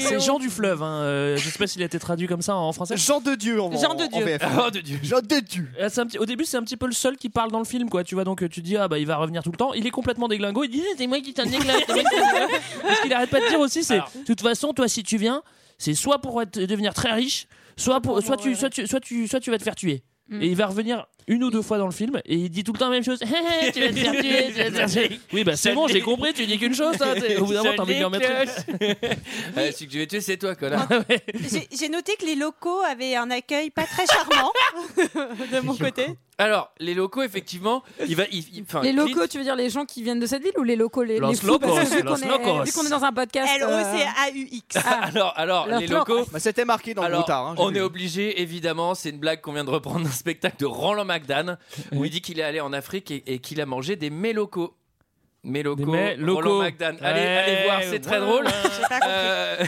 S7: C'est
S10: Jean du fleuve. Hein. euh, je sais pas s'il a été traduit comme ça en français.
S1: Jean de Dieu en,
S6: Jean de
S1: en- en
S6: Dieu.
S1: VF.
S7: Oh de Dieu.
S1: Jean de Dieu.
S10: Euh, c'est un petit- au début, c'est un petit peu le seul qui parle dans le film, quoi. Tu vois, donc euh, tu te dis, ah bah il va revenir tout le temps. Il est complètement déglingo. Il dit, c'est moi qui t'en déglingue. c'est moi qui t'en déglingue. Parce qu'il arrête pas de dire aussi, c'est,
S7: Alors.
S10: de toute façon, toi, si tu viens, c'est soit pour être- devenir très riche, soit pour, soit tu, soit tu, soit tu, soit tu vas te faire tuer. Et il va revenir une ou deux fois dans le film et il dit tout le temps la même chose. Hé, hé, [laughs]
S8: [laughs]
S10: tu vas te faire tuer, tu vas te faire tuer. Oui, bah c'est bon, j'ai compris, tu dis qu'une chose. hein, t'es- Au bout d'un moment, t'as envie de lui en mettre une.
S7: [laughs] Euh, celui que je vais tuer, c'est toi, connard.
S6: J'ai j'ai noté que les locaux avaient un accueil pas très
S8: [laughs]
S6: charmant de mon côté.
S7: [laughs] Alors, les locaux, effectivement, il va. il- il- enfin,
S8: les
S7: Clint-
S8: locaux,
S7: [laughs]
S8: tu veux dire les gens qui viennent de cette ville ou les locaux les,
S7: Los
S8: les fous, parce
S7: locos,
S8: que vu qu'on
S7: los
S8: est,
S7: locos.
S8: vu qu'on est dans un podcast. euh,
S6: L-O-C-A-U-X.
S7: Alors, alors
S8: Leur
S7: les
S8: plan.
S7: locaux.
S1: Bah, C'était marqué dans le
S7: Alors,
S1: routard. hein, j'ai
S7: on
S1: vu.
S7: est obligé, évidemment, c'est une blague qu'on vient de reprendre d'un spectacle de Roland McDan, où il dit qu'il est allé en Afrique et, et qu'il a mangé des mets locaux. Mets locaux,
S10: mets locaux.
S7: Roland McDan. Allez,
S10: Ouais,
S7: allez voir, c'est très
S10: ouais.
S7: drôle.
S6: J'ai pas compris.
S7: Euh,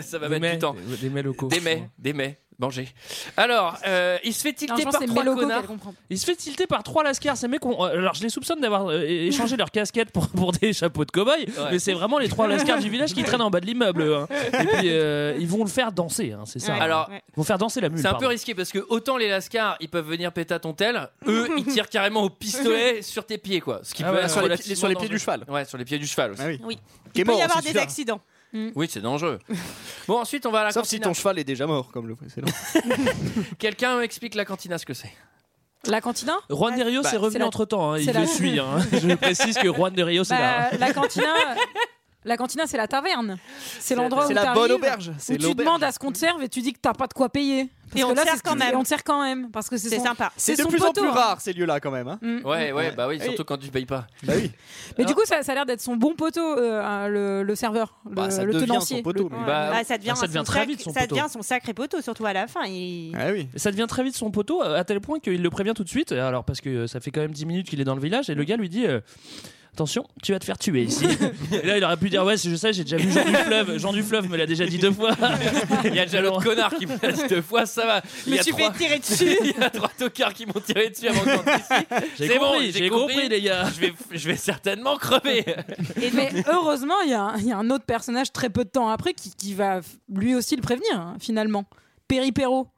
S7: [laughs] ça va
S10: Des
S7: mettre
S10: mets,
S7: du temps.
S10: des- Des mets locaux.
S7: Des mets, des mets, manger. Alors, euh, il se fait
S8: non,
S7: tilter
S8: je pense
S7: par
S8: que c'est mes
S7: trois
S8: locaux qu'elle
S7: connards.
S8: comprend.
S10: Il se fait tilter par trois lascars. Ces mecs, ont- euh, alors je les soupçonne d'avoir euh, é- échangé leurs casquettes pour, pour des chapeaux de cow-boy, mais c'est vraiment les trois lascars du village qui traînent en bas de l'immeuble. hein. Et puis euh, ils vont le faire danser, hein, c'est ça.
S6: Ouais.
S7: Alors,
S6: Ouais.
S10: Ils vont faire danser la mule.
S7: C'est un peu
S10: pardon.
S7: risqué parce que autant les Lascars ils peuvent venir péter à ton tel,
S10: [laughs]
S7: eux ils tirent carrément au pistolet sur tes pieds quoi. Ce qui
S10: Ah
S7: peut
S10: ouais,
S7: être
S10: sur
S1: les-
S7: relativement
S1: sur les pieds du
S7: dangereux.
S1: cheval.
S7: Ouais, sur les pieds du cheval aussi.
S1: Ah oui.
S6: Oui.
S1: Qui est
S6: Il peut y
S1: mort,
S6: avoir
S1: c'est
S6: des
S1: sûr.
S6: accidents.
S7: Oui,
S10: [laughs]
S7: c'est dangereux. bon, ensuite on va à la
S1: Sauf si
S7: cantina.
S1: ton cheval est déjà mort, comme le précédent.
S7: Quelqu'un m'explique la cantina ce
S10: [laughs]
S7: que c'est.
S8: La cantina
S10: Juan de Rio
S8: Bah,
S10: s'est
S8: c'est
S10: revenu
S8: la-
S10: entre temps. Il
S8: c'est
S10: le
S8: la-
S10: suit.
S8: [laughs]
S10: hein. Je précise que Juan de Rio c'est là. hein.
S8: Bah, La cantina. La cantina, c'est la taverne. C'est l'endroit où
S1: C'est la
S8: t'arrives,
S1: bonne auberge.
S8: Où
S1: C'est
S8: tu
S1: l'auberge.
S8: demandes à ce qu'on te serve et tu dis que t'as pas de quoi payer. Parce
S6: Et
S8: que
S6: on te
S8: là,
S6: sert
S8: c'est ce
S6: quand
S8: qu'il-
S6: même.
S8: Et on te sert quand même. Parce que c'est
S6: C'est
S8: son-
S6: sympa.
S1: C'est de
S8: c'est son
S1: plus en
S8: poteau,
S1: plus
S8: hein.
S1: rare ces lieux-là quand même. hein.
S7: Ouais, ouais, bah oui, surtout quand tu payes pas.
S1: Bah oui.
S8: Mais du coup, ça, ça a l'air d'être son bon poteau, euh, hein, le, le serveur, le,
S1: Bah, ça
S8: le
S1: devient
S8: tenancier.
S1: son poteau. mais-
S7: Bah,
S6: Ah, ça devient,
S10: ça devient
S6: son
S10: très
S6: sacré-
S10: vite, son
S6: ça
S10: poteau.
S6: devient son sacré poteau, surtout à la fin. Il...
S1: Ah oui.
S10: Ça devient très vite son poteau euh, à tel point qu'il le prévient tout de suite. Alors parce que euh, ça fait quand même 10 minutes qu'il est dans le village et le gars lui dit euh, attention, tu vas te faire tuer ici. et là il aurait pu dire ouais je sais j'ai déjà vu
S7: [laughs]
S10: Jean du fleuve. Jean du fleuve me l'a déjà dit deux fois.
S7: Il y a déjà l'autre connard qui me l'a dit deux fois, ça va.
S6: Je
S7: Il y
S6: me
S7: a
S6: suis
S7: trois...
S6: fait tirer dessus.
S7: [laughs] Il y a trois tocards qui m'ont tiré dessus avant que j'entre ici.
S10: J'ai
S7: C'est
S10: compris,
S7: bon,
S10: j'ai compris, les gars.
S7: Je vais, je vais certainement crever.
S6: Et donc,
S8: Mais
S6: [laughs]
S8: heureusement, il y, a un- il y a un autre personnage très peu de temps après qui, qui va f- lui aussi le prévenir, hein, finalement. Péripéro,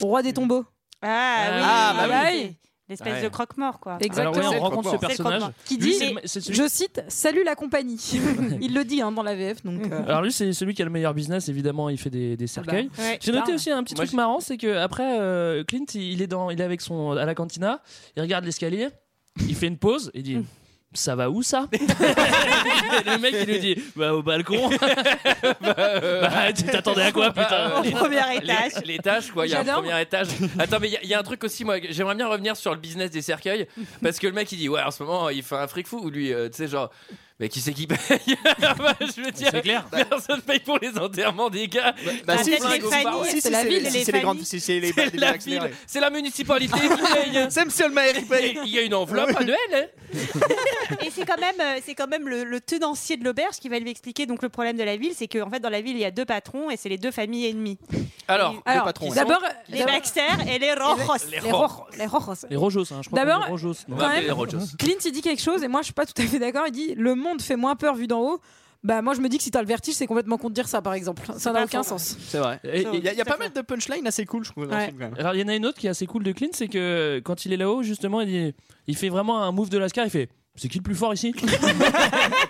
S8: roi des tombeaux.
S6: Ah, oui.
S10: Ah,
S8: bah
S6: Ah,
S8: oui.
S6: oui. L'espèce
S7: Ouais.
S6: de croque-mort, quoi.
S10: Alors
S8: Exactement.
S10: ouais,
S1: C'est
S10: on
S1: le
S10: rencontre ce
S1: croque-mort.
S6: C'est le
S10: personnage.
S6: croque-mort.
S8: qui
S10: Lui,
S8: dit,
S10: c'est le- c'est celui-
S8: je cite, salut la compagnie. [laughs] il le dit hein, dans la VF, donc. euh,
S10: Alors lui c'est celui qui a le meilleur business évidemment. Il fait des, des cercueils.
S6: Ouais.
S10: J'ai noté
S8: Putain.
S10: aussi un petit
S7: Moi,
S10: truc
S7: j'ai-
S10: marrant, c'est que après euh, Clint, il est dans, il est avec son à la cantina, il regarde l'escalier, il fait une pause, il dit. Ça va où
S7: [laughs]
S10: ça Et Le mec il lui dit Bah au
S7: [laughs]
S10: balcon Bah tu t'attendais à quoi putain
S6: Au premier étage.
S7: Bah, euh, Les- L'étage, quoi. Il y a un
S8: J'adore.
S7: premier étage. Attends, mais il y a- il y, a un truc aussi, moi, que j'aimerais bien revenir sur le business des cercueils. Parce que le mec, il dit, ouais, en ce moment, il fait un fric fou. Ou lui, euh, tu sais, genre, mais qui c'est qui paye [laughs] Bah, Je veux dire,
S10: C'est clair.
S7: personne paye pour les enterrements des gars.
S1: Bah,
S6: Ah,
S1: si,
S6: peut-être
S1: si,
S6: les
S1: si,
S6: familles,
S1: si,
S6: c'est
S1: si,
S6: la
S1: c'est
S6: ville,
S1: les-
S6: les
S1: si, c'est les grandes-
S6: familles.
S1: si, c'est les
S7: C'est la ville,
S1: accélérées.
S7: c'est la municipalité qui paye.
S1: C'est monsieur le maire qui paye.
S7: Il y a une enveloppe annuelle. hein.
S6: Et c'est quand même, euh, c'est quand même le, le tenancier de l'auberge qui va lui expliquer donc le problème de la ville, c'est qu'en fait dans la ville il y a deux patrons et c'est les deux familles ennemies,
S7: Alors,
S1: Ah,
S8: Alors,
S1: patrons, ouais.
S8: d'abord,
S6: les hein.
S8: d'abord-
S6: Baxter et les Rojos.
S8: les Rojos. Les Rojos.
S10: Les Rojos, hein, je crois. qu'on
S8: D'abord,
S10: dit Rojos.
S7: on
S10: non
S7: va
S8: quand
S7: appeler les
S8: même,
S7: Rogers.
S8: Clint il dit quelque chose et moi je suis pas tout à fait d'accord. Il dit le monde fait moins peur vu d'en haut. Bah moi je me dis que si t'as le vertige c'est complètement con de dire ça par exemple. Ça n'a
S6: pas
S8: aucun
S6: faux.
S8: sens.
S1: C'est vrai.
S10: Et- et-
S1: Il y a, il y a pas mal de punchlines assez cool, je trouve, dans
S8: Ouais.
S1: le film, quand même.
S10: Alors il y en a une autre qui est assez cool de Clint, c'est que euh, quand il est là-haut, justement, il, dit- il fait vraiment un move de Lascar, il fait c'est qui le plus fort ici
S7: [laughs]
S10: [laughs]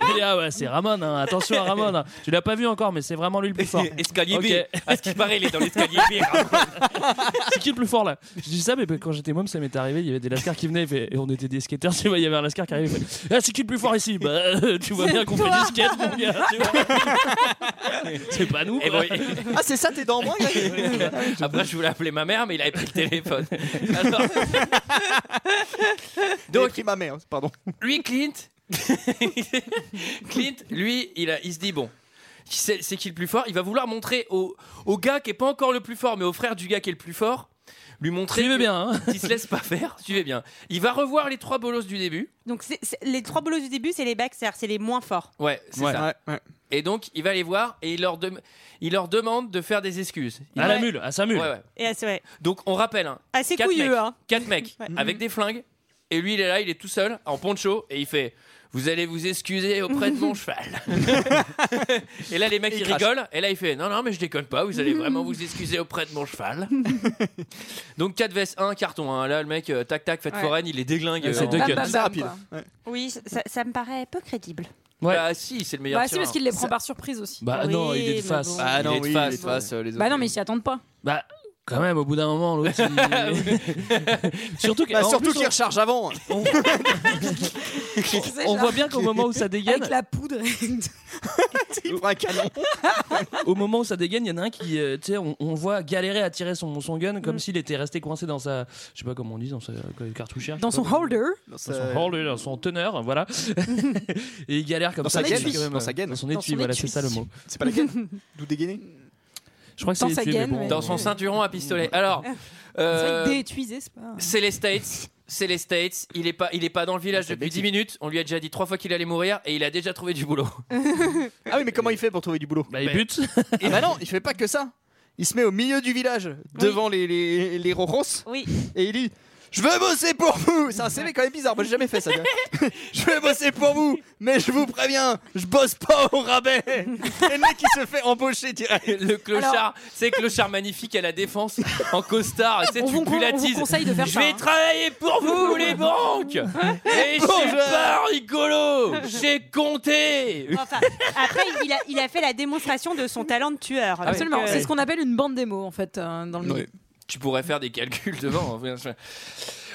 S10: Il dit, ah ouais, c'est Ramon, hein, attention à Ramon. hein. Tu l'as pas vu encore, mais c'est vraiment lui le plus fort.
S7: [laughs] Escalier
S10: Ok.
S7: B. À ce qui paraît, il est dans l'escalier B.
S10: [laughs] C'est qui le plus fort là Je dis ça, mais quand j'étais môme, ça m'est arrivé. Il y avait des lascars qui venaient il fait- et on était des skateurs. [laughs] Tu vois, il y avait un lascar qui arrivait. il fait, Ah, c'est qui le plus fort ici Bah, euh, tu vois bien qu'on fait du skate, mon gars. tu
S7: [laughs]
S10: vois. c'est pas nous.
S7: Et
S10: quoi.
S7: bon, il-
S1: Ah, c'est ça, t'es dans moi
S7: Après, je voulais appeler ma mère, mais il avait pris le téléphone. [laughs] Alors,
S1: Donc, pris ma mère, hein, pardon.
S7: lui, Clint, [laughs] Clint, lui, il, a, il se dit bon. qui C'est c'est qui le plus fort Il va vouloir montrer au, au gars qui est pas encore le plus fort, mais au frère du gars qui est le plus fort, lui montrer
S10: Suivez
S7: que-
S10: bien. hein.
S7: qu'il se laisse pas faire. Suivez bien. Il va revoir les trois bolos du début.
S6: Donc c'est- c'est- les trois boulots du début c'est les Baxter, c'est les moins forts.
S7: Ouais, c'est
S10: Ouais.
S7: ça. Et donc, il va les voir et il leur, dem- il leur demande de faire des excuses. Il-
S10: À la
S6: Ouais.
S10: mule, à sa mule.
S7: Ouais, ouais.
S6: Et assez, ouais,
S7: Donc, on rappelle hein,
S6: assez
S7: Quatre
S6: couilleux
S7: mecs.
S6: hein.
S7: quatre mecs
S6: Ouais.
S7: avec des flingues et lui il est là il est tout seul en poncho et il fait vous allez vous excuser auprès de mon [laughs] cheval et là les mecs
S1: Il
S7: ils
S1: crache.
S7: rigolent et là il fait non non mais je déconne pas vous allez [laughs] vraiment vous excuser auprès de mon cheval donc 4 vestes 1 carton hein. là le mec euh, tac tac fête
S6: Ouais.
S7: foraine il est déglingue euh,
S10: Ouais, c'est
S7: en-
S10: deux
S8: Bam,
S10: cuts.
S8: bam,
S1: C'est
S8: bam,
S1: rapide.
S8: quoi.
S1: Ouais.
S6: Oui, ça, ça me paraît peu crédible.
S7: bah si c'est le meilleur
S8: Bah si
S7: tireur.
S8: parce qu'il les prend par surprise aussi.
S10: Bah
S6: Oui,
S10: non, il est de
S6: mais
S10: face.
S6: bon.
S7: Ah
S1: Ah
S7: non,
S1: non,
S7: il est de
S1: oui,
S7: face,
S1: il est de
S7: face, euh, les
S8: Bah
S7: autres.
S8: non mais ils s'y attendent pas.
S10: Bah quand même, au bout d'un moment,
S7: [laughs]
S10: l'autre. il- surtout que-
S1: Bah,
S10: en
S1: surtout
S10: plus,
S1: qu'il recharge avant. hein. [laughs]
S10: on, on voit bien qu'au moment où ça dégaine,
S8: [laughs] Avec la poudre.
S1: Il prend un canon.
S10: au moment où ça dégaine, il y en a un qui, euh, tu sais, on, on le voit galérer à tirer son, son gun
S8: Mm.
S10: comme s'il était resté coincé dans sa, je sais pas comment on dit, dans sa euh, cartouchière.
S8: Dans
S10: je sais
S8: son
S10: pas comment-
S8: holder.
S1: Dans
S10: Dans
S1: sa-
S10: son holder, dans son teneur,
S8: [laughs]
S10: voilà. et il galère comme
S1: Dans
S10: ça.
S1: sa
S10: il est
S1: gaine,
S10: quand même,
S1: dans
S10: euh,
S1: sa gaine.
S10: Dans son
S8: Dans
S10: étui,
S8: son
S10: voilà, c'est
S8: étui.
S10: ça le mot.
S1: C'est pas la [laughs] gaine D'où dégainé
S10: Je crois que
S8: Dans
S10: c'est
S8: sa
S10: étui, mais
S8: gaine,
S10: bon,
S8: ouais.
S7: Dans son ceinturon à pistolet. Alors,
S8: C'est
S7: euh,
S8: vrai que déétuisé, c'est
S10: Ah
S8: pas.
S7: c'est les States. C'est les States. Il est pas, il est pas dans le village
S8: Ah,
S1: C'est
S7: depuis
S1: Betty.
S7: 10 minutes. On lui a déjà dit trois fois qu'il allait mourir et il a déjà trouvé du boulot.
S1: Ah oui, mais comment il fait pour trouver du boulot
S10: Bah, il
S7: Ouais.
S10: bute.
S1: Et bah non, il fait pas que ça. Il se met au milieu du village, devant les, les, les roros,
S6: Oui,
S1: et il dit Je veux bosser pour vous C'est un CV quand même bizarre, moi j'ai jamais fait ça. tiens.
S8: [laughs]
S1: je veux bosser pour vous, mais je vous préviens, je bosse pas au rabais Et le mec qui se fait embaucher direct.
S7: Le clochard, c'est clochard magnifique à la défense en costard. Tu sais,
S8: On
S7: tu
S8: vous,
S7: pues la
S8: on vous
S7: tise.
S8: conseille de faire
S7: Je
S8: ça.
S7: vais
S8: hein.
S7: travailler pour vous, les banques Et je suis
S1: Bonjour.
S7: pas rigolo J'ai compté
S6: [laughs] enfin, après, il a, il a fait la démonstration de son talent de tueur. Donc,
S8: Absolument.
S10: Ah
S6: euh,
S8: C'est ce qu'on appelle une bande démo, en fait, euh, dans le milieu.
S7: Tu pourrais faire des calculs devant.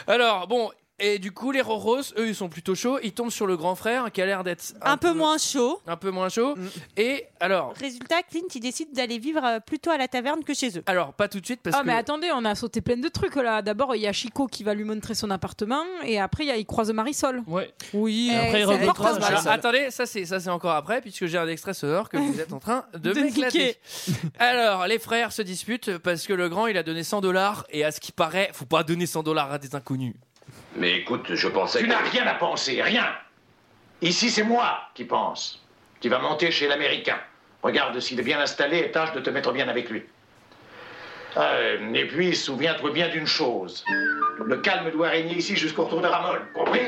S7: Alors, bon, et du coup, les Roros, eux, ils sont plutôt chauds. Ils tombent sur le grand frère qui a l'air d'être
S6: un peu moins chaud.
S7: un peu moins chaud.
S8: Mm.
S7: Et alors,
S6: Résultat, Clint, il décide d'aller vivre euh, plutôt à la taverne que chez eux.
S7: alors pas tout de suite parce
S8: Ah
S7: que.
S8: mais attendez, on a sauté plein de trucs là. D'abord il y a Chico qui va lui montrer son appartement et après il y a il croise Marisol.
S10: Ouais.
S7: Euh,
S8: Oui.
S10: Après, il
S8: c'est
S10: remonte
S8: important,
S10: en
S8: ça.
S7: Alors, Ah, attendez, ça c'est ça c'est encore après puisque j'ai un extrait sonore que vous êtes en train de,
S8: De
S7: m'éclater. Alors les frères se disputent parce que le grand il a donné 100 dollars et à ce qui paraît faut pas donner 100 dollars à des inconnus.
S9: Mais écoute, je pensais
S2: Tu n'as rien à penser, rien. Ici, c'est moi qui pense. Tu vas monter chez l'Américain. Regarde s'il est bien installé et tâche de te mettre bien avec lui. Euh, et puis, souviens-toi bien d'une chose. Le calme doit régner ici jusqu'au retour de Ramol. Compris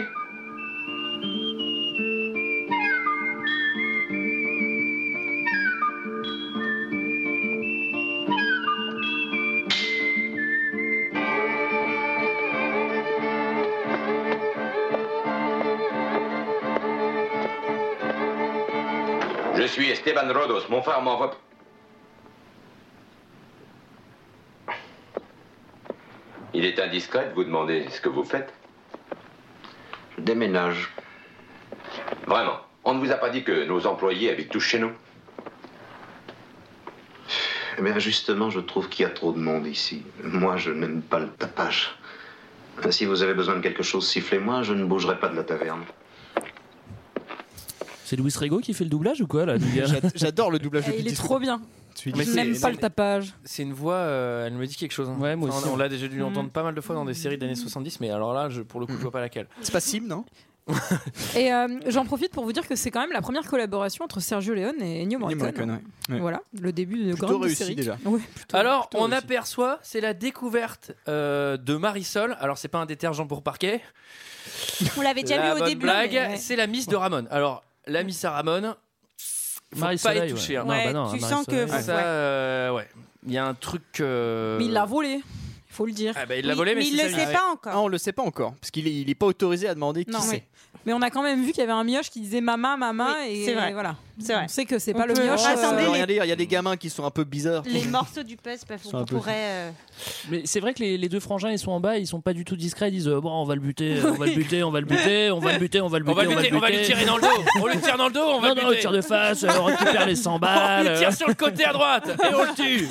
S5: Je suis Esteban Rodos, mon frère m'envoie... Il est indiscret de vous demander ce que vous faites. Je déménage. Vraiment, on ne vous a pas dit que nos employés habitent tous chez nous
S9: Mais Eh justement, je trouve qu'il y a trop de monde ici. Moi, je n'aime pas le tapage. Euh, Si vous avez besoin de quelque chose, sifflez-moi, je ne bougerai pas de la taverne.
S10: C'est Louis Rego qui fait le doublage ou quoi là du gars
S1: J'a- J'adore le doublage de
S8: Et il est
S1: Clint
S8: trop bien.
S1: Eastwood.
S7: Mais
S1: Tu
S8: Je
S1: dis,
S8: n'aime
S1: c'est-
S8: pas le
S1: [laughs]
S8: tapage.
S7: C'est une voix, euh, elle me dit quelque chose. hein.
S10: Ouais, moi
S7: Enfin,
S10: aussi,
S7: On, on
S10: ouais.
S7: l'a déjà dû entendre pas mal de fois dans des séries d'années 70, mais alors là, je, pour le coup, je vois pas laquelle.
S1: C'est pas Sim, non
S8: Et euh, j'en profite pour vous dire que c'est quand même la première collaboration entre Sergio Leone et
S1: Ennio
S8: Ennio Morricone.
S1: Morricone, ouais. Ouais.
S8: Voilà, le début de
S1: Plutôt
S8: grande
S1: réussi,
S8: série.
S1: déjà.
S8: Ouais.
S7: Alors,
S1: plutôt
S7: on
S1: réussi.
S7: aperçoit, c'est la découverte euh, de Marisol. Alors, c'est pas un détergent pour parquet.
S6: On l'avait déjà
S7: la
S6: vu au
S7: bonne
S6: début. hein,
S7: blague,
S6: mais ouais.
S7: c'est la miss de Ramon. Alors, la miss à Ramon, faut pas
S10: Marie-Soleil,
S7: y toucher. hein.
S10: Non,
S6: Ouais,
S10: bah non,
S6: tu
S10: Marie
S6: sens que-
S10: Soleil.
S6: Ouais.
S7: Ça, euh, ouais. Il y a un truc. euh,
S8: Mais il l'a volé, il faut le dire.
S7: Ah bah, il l'a
S6: Oui,
S7: volé, mais,
S6: mais il
S7: c'est
S6: le
S7: sa
S6: sait
S7: vie.
S6: pas
S1: Ah,
S6: encore.
S1: on le sait pas encore, parce qu'il est, il est pas autorisé à demander qui
S8: Non,
S1: c'est.
S8: oui. Mais on a quand même vu qu'il y avait un mioche qui disait maman, maman,
S6: Oui,
S8: et,
S6: c'est vrai.
S8: voilà.
S6: C'est vrai.
S8: On sait que c'est
S6: On
S8: pas le
S6: peut-
S8: mioche.
S1: Ça
S8: euh,
S1: veut
S6: Attendez,
S1: Euh, rien dire, il y a des gamins qui sont un peu bizarres.
S6: Les morceaux du puzzle, parce
S1: sont un
S6: qu'on
S1: peu-
S6: pourrait. euh,
S10: Mais c'est vrai que les, les deux frangins ils sont en bas, ils sont pas du tout discrets, ils disent euh, bon on va le buter, on va le buter, on va le buter, on va le buter, on
S7: [laughs]
S10: va le
S7: On va
S10: buter,
S7: le buter, on va lui tirer dans le [laughs] dos. On lui tire dans le dos, on va
S10: Non,
S7: le
S10: non, on
S7: buter.
S10: tire de face, euh, on récupère les 100
S7: [laughs] On
S10: balles.
S7: lui
S10: euh,
S7: tire sur le côté à droite et on le tue.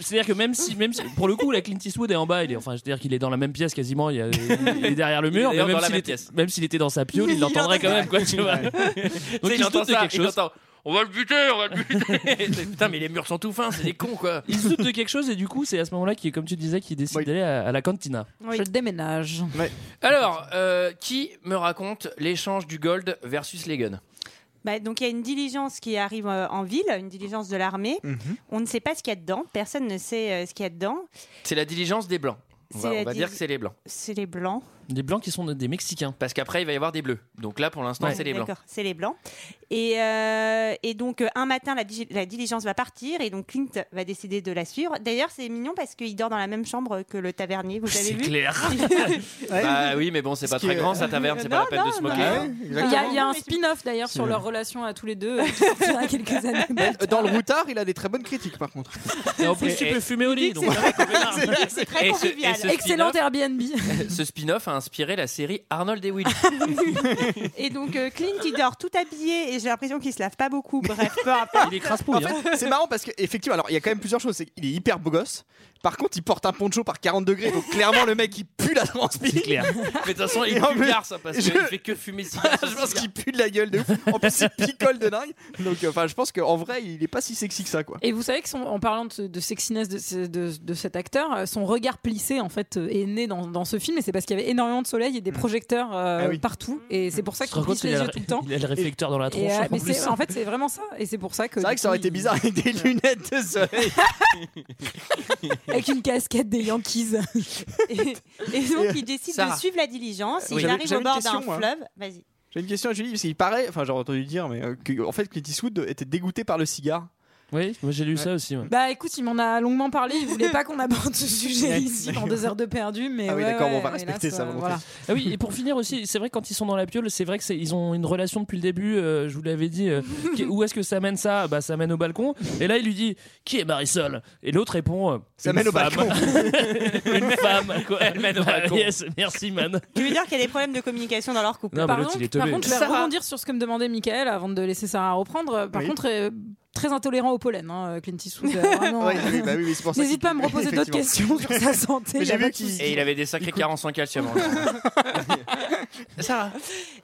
S10: C'est-à-dire que même si, même si- pour le coup, la Clint Eastwood est en bas, il est, enfin, c'est-à-dire qu'il est dans la même pièce quasiment, il, y a- il est derrière le
S7: Il est
S10: mur, mais
S7: d'ailleurs
S10: même
S7: dans la
S10: s'il
S7: même
S10: était-
S7: pièce.
S10: même s'il était dans sa piole, il l'entendrait quand même, quoi, tu vois. Donc
S7: Tu sais,
S10: il,
S7: il
S10: se
S7: entend
S10: doute de
S7: ça,
S10: quelque
S7: il
S10: chose.
S7: entend. On va le buter, on va le [laughs] buter. Putain, mais les murs sont tout fins, c'est des cons quoi.
S10: Il se doute de quelque chose et du coup, c'est à ce moment-là qui, comme tu disais, qu'il décide
S1: Oui.
S10: d'aller à, à la cantina.
S6: oui.
S8: Je déménage.
S7: Alors, euh, qui me raconte l'échange du gold versus les guns
S6: Bah, donc il y a une diligence qui arrive euh, en ville, une diligence de l'armée.
S1: Mhm.
S6: On ne sait pas ce qu'il y a dedans. Personne ne sait euh, ce qu'il y a dedans.
S7: C'est la diligence des blancs. On va,
S6: C'est la
S7: on va
S6: dili-
S7: dire que c'est les blancs.
S6: C'est les blancs.
S10: Des blancs qui sont des Mexicains.
S7: Parce qu'après, il va y avoir des bleus. Donc là, pour l'instant,
S6: Ouais.
S7: c'est les blancs.
S6: D'accord, C'est les blancs. Et, euh, et donc, euh, un matin, la, digi- la diligence va partir et donc Clint va décider de la suivre. D'ailleurs, c'est mignon parce qu'il dort dans la même chambre que le tavernier. Vous avez
S7: C'est
S6: vu
S7: clair. Bah oui, mais bon, c'est pas
S1: qui
S7: très
S1: est-
S7: grand sa taverne, c'est pas
S6: Non,
S7: la peine de se
S6: non,
S7: moquer.
S1: Ah ouais,
S8: Il y, a- il y a un
S6: Exactement.
S8: spin-off d'ailleurs sur
S1: C'est-
S8: leur relation à tous les deux euh,
S1: [laughs]
S8: qui sortira quelques années.
S1: Euh, Dans le routard, il a des très bonnes critiques par contre.
S10: Et en plus,
S7: Et-
S10: tu
S7: et-
S10: peux fumer au lit.
S6: que
S10: donc
S6: c'est-
S10: vraiment, connard.
S6: [laughs] C'est très
S7: Et ce- et
S6: convivial.
S7: ce-
S8: Excellent
S7: spin-off.
S8: Airbnb.
S7: [laughs] Ce spin-off a inspiré la série Arnold et Will.
S6: Et donc, euh, Clint, il dort tout habillé et j'ai l'impression qu'il se lave
S1: [laughs]
S6: pas beaucoup.
S10: [laughs]
S6: Bref, peu importe.
S10: Il hein. est crasse-pouille.
S1: En fait, c'est marrant parce qu'effectivement, alors il y a quand même plusieurs choses. C'est qu'il est hyper beau gosse. Par contre, il porte un poncho par 40 degrés. Donc clairement, le mec il pue la
S10: C'est
S1: transpire.
S10: clair.
S7: Mais de toute façon, il
S1: Et en
S7: est
S1: plus,
S7: vulgaire, ça, parce
S1: je-
S7: qu'il fait que fumer de
S10: [laughs]
S7: cigares.
S1: [laughs] je pense qu'il pue de la gueule de ouf. En plus, il picole de dingue. Donc, euh, enfin, je pense qu'en vrai, il est pas si sexy que ça, quoi.
S8: Et vous savez que son- en parlant de, ce- de sexiness de, ce- de- de cet acteur, euh, son regard plissé en fait euh, est né dans, dans ce film et c'est parce qu'il y avait énormément de soleil et des projecteurs euh,
S1: Ah oui.
S8: partout et c'est pour ça
S10: Mm. Tu te rends
S8: qu'il
S10: compte
S8: plisse
S10: qu'il
S8: les
S10: a
S8: yeux
S10: le-
S8: tout le temps.
S10: il a le réflecteur dans la
S8: Et,
S10: tronche.
S8: euh,
S10: en
S8: mais
S10: plus.
S8: c'est- en fait c'est vraiment ça et c'est pour ça que
S1: C'est vrai que ça aurait été bizarre avec des lunettes de soleil.
S8: avec une casquette des
S1: [laughs]
S8: Yankees.
S6: Et, et donc, il décide
S7: Sarah.
S6: de suivre la diligence.
S1: Euh, Oui.
S6: Il
S1: J'avais-
S6: arrive
S1: j'avais
S6: au
S1: une
S6: bord
S1: question,
S6: d'un
S1: moi.
S6: fleuve. Vas-y.
S1: [laughs] J'ai une question à Julie parce qu'il paraît, enfin, j'ai entendu dire, mais euh, que, en fait, Clint Eastwood était dégoûté par le cigare.
S10: Oui, moi j'ai lu ça aussi. ouais.
S8: Bah écoute, il m'en a longuement parlé, il voulait pas qu'on aborde ce sujet
S1: Ouais.
S8: ici dans deux heures de perdu, mais
S1: Ah oui,
S8: ouais,
S1: d'accord,
S8: ouais,
S1: on va
S8: hélas,
S1: respecter ça,
S8: euh,
S1: volontiers.
S8: voilà.
S10: Ah oui, et pour finir aussi, c'est vrai que quand ils sont dans la piole, c'est vrai que c'est- ils ont une relation depuis le début. euh, je vous l'avais dit. [laughs] euh, qui- où est-ce que ça mène ça Bah ça mène au balcon. Et là, il lui dit qui est Marisol Et l'autre répond euh,
S1: Ça
S10: une
S1: mène au
S10: femme.
S1: [laughs] balcon.
S10: [laughs] une femme. Quoi. Elle
S7: mène au
S10: [laughs]
S7: balcon.
S10: Yes, merci man.
S6: Tu veux dire qu'il y a des problèmes de communication dans leur couple
S10: Non, mais
S8: Par,
S10: l'autre, il
S8: contre,
S10: est
S8: par
S10: teubé.
S8: contre, je vais
S1: Sarah.
S8: rebondir sur ce que me demandait Michael avant de laisser Sarah reprendre. Par
S1: Oui.
S8: contre, euh, très intolérant au pollen, hein, Clint Eastwood.
S1: [laughs]
S8: euh, vraiment.
S1: Ouais, oui, bah oui, oui, c'est pour ça
S8: N'hésite
S1: qu'il-
S8: pas à
S1: [laughs]
S8: me reposer d'autres
S1: Effectivement.
S8: questions sur sa santé.
S1: Mais
S8: y a
S1: j'ai vu
S8: pas de
S1: qu'il-
S8: souci.
S7: Et il avait des sacrées carences en calcium.
S6: [laughs]
S7: Ça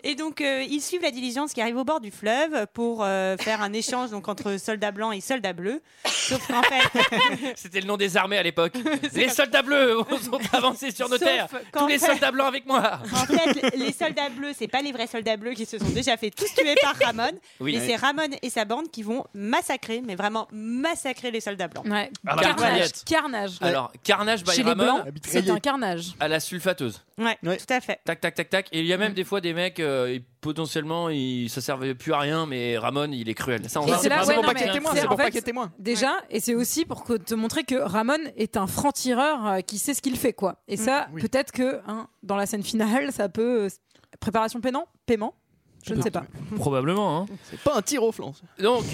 S6: Et donc, euh, ils suivent la diligence qui arrive au bord du fleuve pour euh, faire un échange donc, entre soldats blancs et soldats bleus. Sauf qu'en [laughs] fait,
S7: C'était le nom des armées
S6: [laughs]
S7: à l'époque. les soldats bleus [laughs] sont avancés sur nos
S6: sauf
S7: terres.
S6: qu'en
S7: Tous les
S6: fait-
S7: soldats blancs avec moi.
S6: en fait, les soldats bleus, c'est pas les vrais soldats bleus qui se sont déjà fait tous tuer par Ramon,
S7: Oui.
S6: mais c'est Ramon et sa bande qui vont massacrer, mais vraiment massacrer les soldats blancs.
S8: Ouais.
S1: bah,
S7: Ah, la
S8: Carnage.
S7: mitraillette.
S8: carnage.
S7: Alors, Carnage by
S8: Chez les
S7: Ramon
S8: Blancs,
S1: la mitraillette.
S8: c'est un carnage.
S7: à la sulfateuse.
S6: Mm. Ouais,
S1: Ouais.
S6: tout à fait.
S7: Tac, tac, tac, tac. Et il y a
S6: Mm.
S7: même des fois des mecs, euh, ils- potentiellement, ils, ça servait plus à rien, mais Ramon, il est cruel. Ça, on
S8: Et
S7: va-
S8: c'est là-
S1: C'est
S8: ouais,
S1: pour
S8: non,
S1: pas qu'il y
S8: mais
S1: ait témoin,
S8: c'est-
S1: c'est
S8: en
S1: pour pas
S8: fait,
S1: qu'il y ait témoin.
S8: Déjà, et c'est aussi pour que- te montrer que Ramon est un franc-tireur euh, qui sait ce qu'il fait, quoi. Et ça,
S1: Mm. Oui.
S8: peut-être que hein, dans la scène finale, ça peut. euh, préparation paiement Paiement Je ne sais pas.
S10: Probablement. Hein.
S1: C'est pas un tir au flanc.
S7: Donc,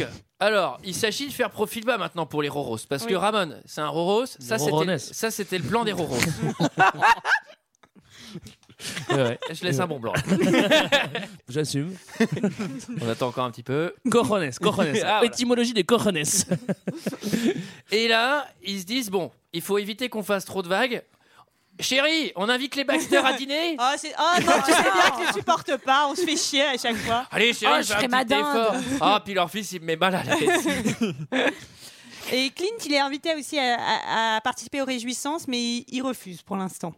S7: alors, il s'agit de faire profil bas maintenant pour les Roros. Parce que
S6: Oui.
S7: Ramon, c'est un Roros. Ça, c'était,
S10: Rorones.
S7: ça, c'était le plan des Roros.
S10: [laughs]
S7: [laughs]
S10: Ouais, ouais.
S7: Je laisse un bon blanc.
S10: J'assume.
S7: On attend encore un petit peu.
S10: [laughs] Cojones, [laughs] cojones.
S7: Ah, voilà.
S10: Étymologie des cojones.
S7: Et là, ils se disent bon, il faut éviter qu'on fasse trop de vagues. Chérie, on invite les Baxter à
S6: [laughs]
S7: dîner
S6: Oh, c'est... oh non, tu sais bien que tu supportes pas, on se fait chier à chaque fois.
S7: Allez, chérie,
S8: Oh, je
S7: fais un
S8: ferai
S7: petit
S8: ma dinde.
S7: effort. Ah, puis leur fils, il me met mal à l'aise.
S6: Et Clint, il est invité aussi à, à- à participer aux réjouissances, mais il, il refuse pour l'instant.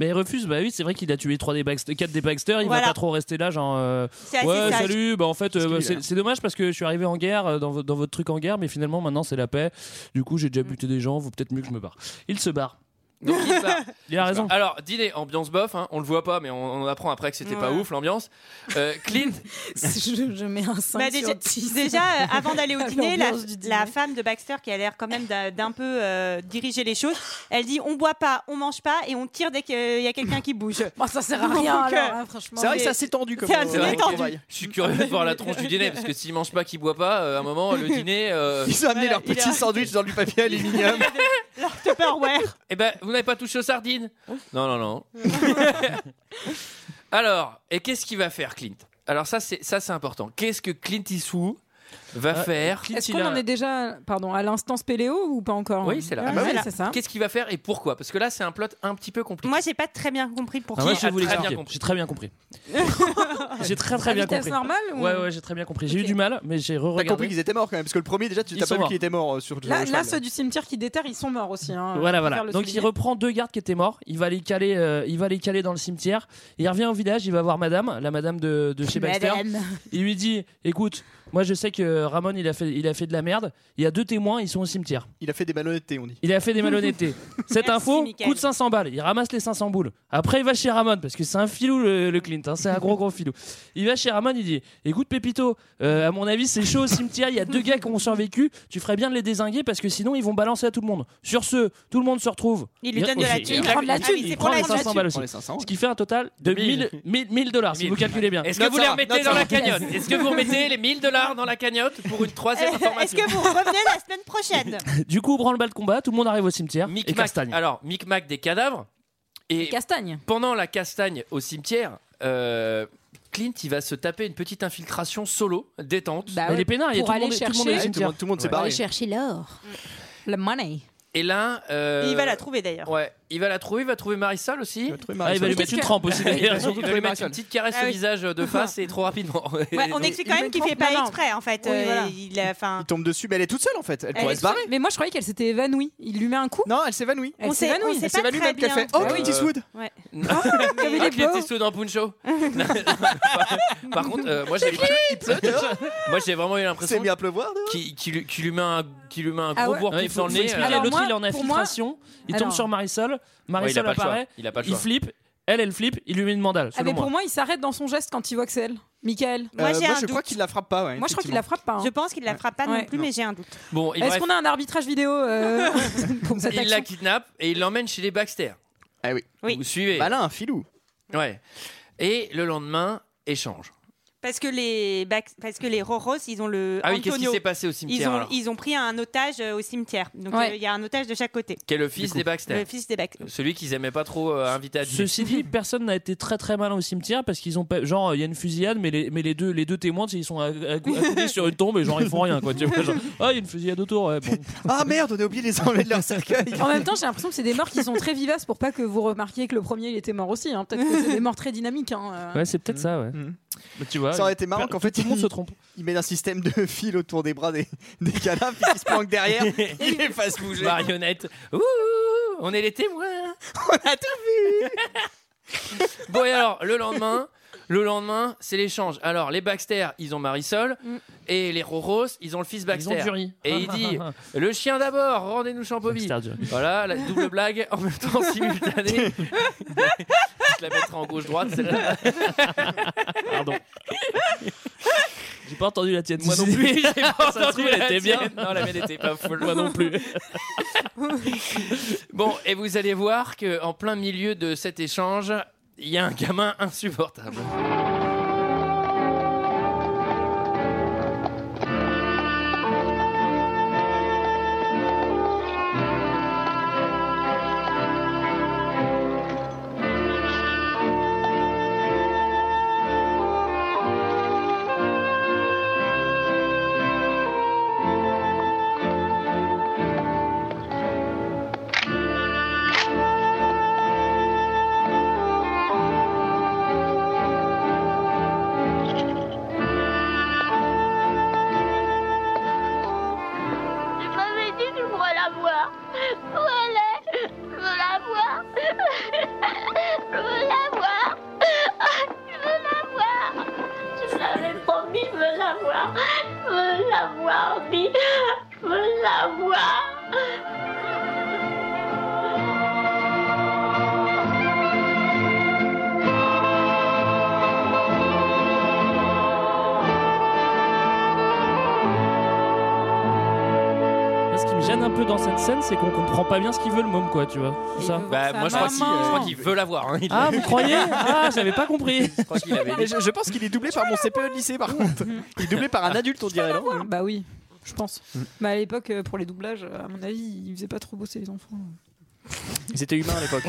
S10: Mais il refuse, bah oui, c'est vrai qu'il a tué 3 des Baxter, 4 des Baxter, il
S6: Voilà.
S10: va pas trop rester là, genre. euh,
S6: C'est assez
S10: ouais,
S6: sage.
S10: salut, bah en fait, euh,
S1: qu'il
S10: bah,
S1: est
S10: c'est
S1: là.
S10: c'est dommage parce que je suis arrivé en guerre, euh, dans, vo- dans votre truc en guerre, mais finalement maintenant c'est la paix. Du coup, j'ai déjà buté des gens, vous peut-être mieux que je me barre. Il se barre.
S7: Donc, il part.
S10: Il a raison.
S7: Alors, dîner, ambiance bof, hein, on le voit pas, mais on, on apprend après que c'était pas
S6: Ouais.
S7: ouf l'ambiance. Euh, Clint,
S8: [laughs] je, je mets un 5
S6: Bah, déjà,
S8: sur 10.
S6: déjà, euh, avant d'aller au
S8: À
S6: dîner, la,
S8: l'ambiance du dîner.
S6: la femme de Baxter, qui a l'air quand même d'un d'un peu euh, diriger les choses, elle dit on boit pas, on mange pas et on tire dès qu'il y a quelqu'un qui bouge.
S8: [laughs] Bon, ça sert à rien,
S6: Donc,
S8: alors,
S6: euh,
S8: hein, franchement.
S1: C'est vrai que
S8: Mais-
S1: ça s'est tendu comme
S6: C'est un
S1: euh,
S7: c'est vrai
S6: dîner
S7: que
S6: tendu.
S1: travail.
S7: je suis curieux de voir la tronche du dîner, parce que s'il mange pas, qu'il boit pas, euh, à un moment, le dîner. euh,
S1: Ils ont amené
S6: Voilà,
S1: leur
S6: il est
S1: petit
S6: resté.
S1: sandwich dans du papier aluminium.
S6: Leur Tupperware.
S7: eh ben, vous n'avez pas touché aux sardines Non,
S10: [laughs]
S7: non, non. Alors, et qu'est-ce qu'il va faire, Clint Alors, ça, c'est ça, c'est important. Qu'est-ce que Clint Eastwood va
S10: Ah,
S7: faire
S10: Clint,
S8: Est-ce
S10: il
S8: qu'on
S10: a-
S8: en est déjà pardon, à l'instant spéléo ou pas encore
S7: Oui, c'est là.
S8: Ouais,
S7: Ah bah
S8: ouais,
S6: oui.
S8: c'est ça.
S7: Qu'est-ce qu'il va faire et pourquoi Parce que là, c'est un plot un petit peu compliqué.
S6: Moi, j'ai pas très bien compris pour
S10: Ah,
S6: qui.
S10: moi, je vais
S7: a
S10: vous
S7: très bien [laughs]
S10: l'expliquer.
S7: compris.
S10: J'ai très bien compris. J'ai très très
S8: À
S10: bien
S8: vitesse
S10: compris.
S8: normale ou-
S10: Ouais, ouais, j'ai très bien compris. J'ai eu du mal, mais j'ai
S1: T'as
S10: re-regardé.
S1: compris qu'ils étaient morts quand même, parce que le premier déjà tu
S10: Ils
S1: t'as
S10: sont
S1: pas vu
S10: morts.
S1: qu'il était mort euh, sur le
S8: Là,
S1: cheval.
S8: là, ceux du cimetière qui déterrent, ils sont morts aussi. hein.
S10: Voilà,
S8: Faut faire
S10: voilà.
S8: le
S10: Donc il
S8: souligner.
S10: reprend deux gardes qui étaient morts. Il va les caler, euh, il va les caler dans le cimetière. Il revient au village, il va voir Madame, la Madame de, de chez Baxter.
S8: Madame.
S10: Il lui dit, écoute, moi je sais que Ramon il a fait, il a fait de la merde. Il y a deux témoins, ils sont au cimetière.
S1: Il a fait des malhonnêtetés, on dit.
S10: Il a fait des
S6: [laughs]
S10: malhonnêtetés. Cette info
S8: Mickaël.
S10: coûte 500 balles. Il ramasse les 500 boules. Après, il va chez Ramon parce que c'est un filou le, le Clint. hein. C'est un gros gros filou. Il va chez Ramon. Il dit "Écoute, Pépito, euh, à mon avis, c'est chaud au cimetière. Il y a deux gars qui ont survécu. Tu ferais bien de les désinguer parce que sinon, ils vont balancer à tout le monde. Sur ce, tout le monde se retrouve.
S6: Il lui donne de la
S10: aussi,
S6: thune.
S10: il
S6: Il prend de la
S10: il
S6: thune,
S10: Il
S6: c'est
S10: prend
S6: pour
S10: les
S6: la thune.
S10: 500 balles aussi.
S1: Prends les 500.
S10: Ce qui fait un total de 1000
S7: 1000.
S10: 1000 1000 dollars si
S7: Mille.
S10: vous calculez bien.
S7: Est-ce que
S1: Note
S7: vous
S1: ça
S7: les
S1: va,
S7: remettez
S1: note
S7: dans
S1: ça
S7: la
S1: va.
S7: cagnotte Est-ce que vous remettez les 1000 dollars dans la cagnotte pour une troisième
S6: Euh, [laughs] Est-ce
S7: information
S6: que vous revenez la semaine prochaine
S10: Du coup, branle-bas de combat. Tout le monde arrive au cimetière. et
S7: Micmac.
S10: castagne.
S7: Alors, micmac des cadavres. Et
S8: Castagne.
S7: pendant la castagne au cimetière, euh, Clint, il va se taper une petite infiltration solo, détente.
S8: Bah
S10: Elle est pénale, il y a
S8: Pour
S10: tout le
S8: aller
S10: monde- tout le monde est
S8: chercher-
S10: au
S1: Ouais, tout, le
S10: cimetière.
S1: monde, tout le monde s'est
S7: Ouais.
S8: Pour
S1: barré.
S8: aller chercher l'or. Mm. Le money.
S7: Et là.
S6: Et
S7: euh,
S6: Il va la trouver d'ailleurs.
S7: Ouais, il va la trouver, il va trouver Marisol aussi.
S1: Tu vas trouver
S10: Ah, il va lui
S1: Marisol.
S10: mettre une trempe
S7: [laughs]
S10: aussi d'ailleurs.
S7: Il va lui mettre une petite caresse
S6: Ah
S7: au
S6: oui. [laughs]
S7: visage de face et trop rapidement.
S6: Ouais, Bah, on
S7: Donc,
S6: explique quand même qu'il fait
S8: trente- non,
S6: pas
S8: non.
S6: exprès en fait.
S8: Oui,
S6: Euh,
S8: voilà.
S6: Il a, enfin,
S1: Il tombe dessus, mais elle est toute seule en fait. Elle,
S6: Elle
S1: pourrait
S6: est
S1: se barrer.
S8: Ah Mais moi, je croyais qu'elle s'était évanouie. [laughs] Il lui met un coup.
S1: Non, elle s'évanouit.
S8: Elle
S6: on sait-
S8: s'évanouit.
S6: on sait
S1: Elle
S6: pas
S1: s'évanouit
S6: très
S1: même qu'elle
S6: bien.
S1: fait Oh,
S7: Ouais.
S1: Clint Eastwood
S8: il est
S7: Ah, Clint
S8: beau.
S7: Eastwood en puncho.
S6: [laughs]
S7: Non, par- [laughs] Par contre, euh, moi j'ai il pleut dehors. Moi j'ai vraiment eu
S1: C'est
S7: l'impression
S1: bien à pleuvoir dehors.
S7: qu'il qu'il lui- qu'il lui met un qu'il lui met un
S8: Ah
S7: gros
S8: ouais.
S7: bourre
S10: Ouais, il
S7: dans
S10: faut,
S7: le
S10: faut
S7: nez.
S10: expliquer.
S7: euh,
S8: Alors
S10: l'autre,
S8: moi,
S10: il est en
S8: pour
S10: infiltration. Il tombe
S8: Alors.
S10: sur Marisol.
S7: ouais, il
S10: Marisol
S7: a pas le choix.
S10: apparaît.
S7: Il a pas le
S10: Il
S7: choix.
S10: flippe. Elle, elle flippe. Il lui met une mandale.
S8: Ah, mais
S10: Selon
S8: pour
S10: moi.
S8: moi, il s'arrête dans son geste quand il voit que c'est elle. Michael.
S6: Moi,
S1: Euh,
S6: j'ai un
S1: je crois
S6: doute.
S1: qu'il la frappe pas. ouais,
S8: Moi, je crois qu'il
S1: effectivement.
S8: la frappe pas. hein.
S6: je pense qu'il la frappe pas
S8: Ouais.
S6: non plus, mais j'ai un doute.
S7: Bon, et
S8: Est-ce
S7: bref,
S8: qu'on a un arbitrage vidéo euh, [laughs] pour cette
S7: il la
S8: action
S7: kidnappe et il l'emmène chez les Baxter.
S1: Ah oui.
S6: Oui.
S7: Vous suivez.
S8: Bah
S1: Malin, un filou.
S7: Ouais. Et le lendemain, échange.
S6: Parce que les Bax- parce que les Roros, ils ont le
S7: Ah oui, qu'est-ce qui
S6: Antonio.
S7: s'est passé au
S6: ils
S7: cimetière
S6: ont
S7: alors
S6: ils ont pris un otage euh, au cimetière. Donc
S8: Ouais.
S6: euh, il y a un otage de chaque côté.
S7: Qui est le fils des Baxter.
S6: Le fils des Bax.
S7: Celui qu'ils aimaient pas trop euh, inviter à dîner.
S10: Ceci dit,
S7: [laughs]
S10: personne n'a été très très malin au cimetière parce qu'ils ont pas. Genre, il y a une fusillade, mais les, mais les, deux, les deux témoins, tu sais, ils sont à- à-
S8: [laughs]
S10: accoudés sur une tombe et genre, ils font rien quoi. Tu vois, genre, ah, il y a une fusillade autour. ouais, bon.
S1: Ah merde, on a oublié de les enlever de leur cercueil.
S8: En même temps, j'ai l'impression que c'est des morts qui sont très vivaces pour pas que vous remarquiez que le premier il était mort aussi. hein. Peut-être que c'est des morts très dynamiques. hein. Euh,
S10: Ouais, c'est peut-être ça, ouais.
S1: Mhm.
S10: Bah, tu vois.
S1: Ça aurait été marrant qu'en fait,
S10: tout le
S1: [laughs]
S10: monde
S1: il-
S10: se trompe.
S1: Il met un système de fil autour des bras des, des cadavres, puis il se planque derrière, il les fasse bouger.
S7: [laughs] Marionnette. Ouh, on est les témoins.
S1: [laughs] On a tout vu.
S7: [laughs] Bon, et alors, le lendemain, le lendemain, c'est l'échange. Alors, les Baxter, ils ont Marisol.
S8: Mm.
S7: Et les Roros, ils ont le fils
S10: Ils ont
S7: Baxter.
S10: du riz.
S7: Et
S10: [laughs]
S7: il dit, le chien d'abord, rendez-nous Champovie.
S10: Baxter, du riz.
S7: Voilà, la double blague en même temps simultanée.
S10: [laughs]
S7: [laughs] Je la mettrai en gauche-droite, celle-là.
S10: Pardon. J'ai pas entendu la tienne.
S7: Moi [laughs] non
S10: Suzy.
S7: plus, j'ai pas
S10: Ça se
S7: entendu
S10: trouve, elle
S7: la
S10: était bien.
S7: tienne. Non, la mienne était pas folle.
S10: Moi non
S7: [laughs]
S10: plus.
S7: Bon, et vous allez voir que en plein milieu de cet échange, il y a un gamin insupportable.
S11: Je m'avais dit que je pourrais la voir. Où elle est Je veux la voir. Je veux la voir. Je veux la voir. Je l'avais promis, je veux la voir. Je veux la voir, oui. Je veux la voir.
S10: Moi, ce qui me gêne un peu dans cette scène, c'est qu'on comprend pas bien ce qu'il veut le môme, quoi, tu vois. C'est
S8: Il
S10: ça.
S8: veut
S7: Bah,
S8: voir sa
S7: moi, je crois qu'il-
S8: maman.
S7: je crois qu'il veut la voir. hein. Il-
S10: Ah, vous
S7: [laughs]
S10: croyez Ah, j'avais pas compris.
S7: Je crois qu'il avait
S1: Mais je, je pense qu'il est doublé par mon CPE de lycée, par contre. Il est doublé par un adulte, on dirait. non
S8: Bah oui, je pense. Mais à l'époque, euh, pour les doublages, euh, à mon avis, ils faisaient pas trop bosser les enfants.
S1: Ils étaient humains à [laughs] l'époque.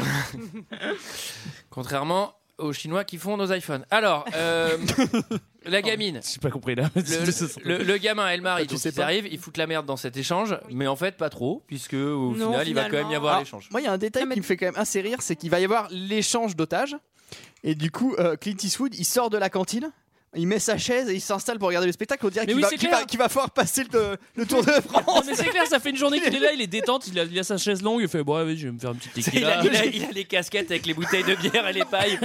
S7: Contrairement aux Chinois qui font nos iPhones. Alors, euh,
S1: [laughs]
S7: la gamine.
S10: J'ai pas compris là.
S7: Le, le- le gamin et le mari,
S1: Ah, tu
S7: donc,
S1: sais
S7: ils
S1: pas.
S7: arrivent, ils foutent la merde dans cet échange, mais en fait pas trop, puisque au
S6: Non,
S7: final il va quand
S6: finalement.
S7: même y avoir
S1: Ah,
S7: l'échange.
S1: Moi, il y a un détail qui me fait quand même assez rire c'est qu'il va y avoir l'échange d'otages. Et du coup, euh, Clint Eastwood, il sort de la cantine. Il met sa chaise et il s'installe pour regarder le spectacle. On dirait
S10: Mais
S1: qu'il
S10: oui,
S1: va,
S10: c'est
S1: qu'il
S10: clair.
S1: va- qu'il va falloir passer le, le Tour de [laughs]
S10: [laughs] Non,
S1: France.
S10: mais c'est clair, ça fait une journée qu'il est là, il est détente, il a, il a sa chaise longue, il fait bon, vas-y, je vais me faire une petite
S7: Il
S10: tequila.
S7: a, il a- il a les casquettes avec les bouteilles de bière et les pailles.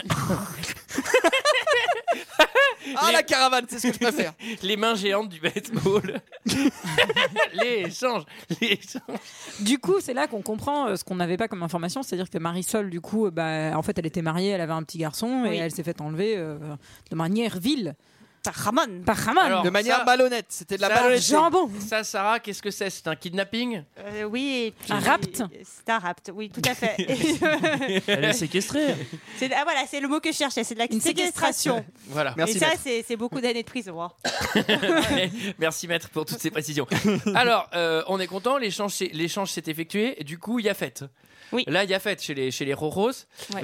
S1: Ah, la caravane, c'est ce que je [laughs] préfère.
S7: Les mains géantes du [laughs] baseball. les échanges, les échanges.
S8: Du coup, c'est là qu'on comprend euh, ce qu'on n'avait pas comme information, c'est-à-dire que Marisol, du coup, euh, bah, en fait, elle était mariée, elle avait un petit garçon et
S6: Oui.
S8: elle s'est faite enlever euh, de manière vile.
S6: Par Ramon.
S8: Par Ramon.
S7: Alors,
S1: De manière
S7: ça-
S1: malhonnête. C'était de la
S7: ça-
S1: malhonnêteté.
S8: Jambon.
S7: Ça, Sarah, qu'est-ce que c'est C'est un kidnapping
S6: Euh, oui. et puis-
S8: Un rapt
S6: C'est un rapt, oui, tout à fait. Et,
S7: [laughs]
S6: euh,
S10: Elle est séquestrée.
S6: [laughs] c'est- ah, voilà, c'est le mot que je cherchais, c'est de la
S8: Une séquestration.
S6: séquestration.
S7: [laughs] Voilà.
S1: Merci,
S6: Et ça,
S1: maître.
S6: c'est c'est beaucoup d'années de prison. hein.
S7: Merci maître pour toutes ces [laughs] précisions. Alors, euh, on est content, l'échange s'est- l'échange s'est effectué, et du coup, il y a fête.
S6: Oui.
S7: Là, il y a fête chez les, chez les Roros.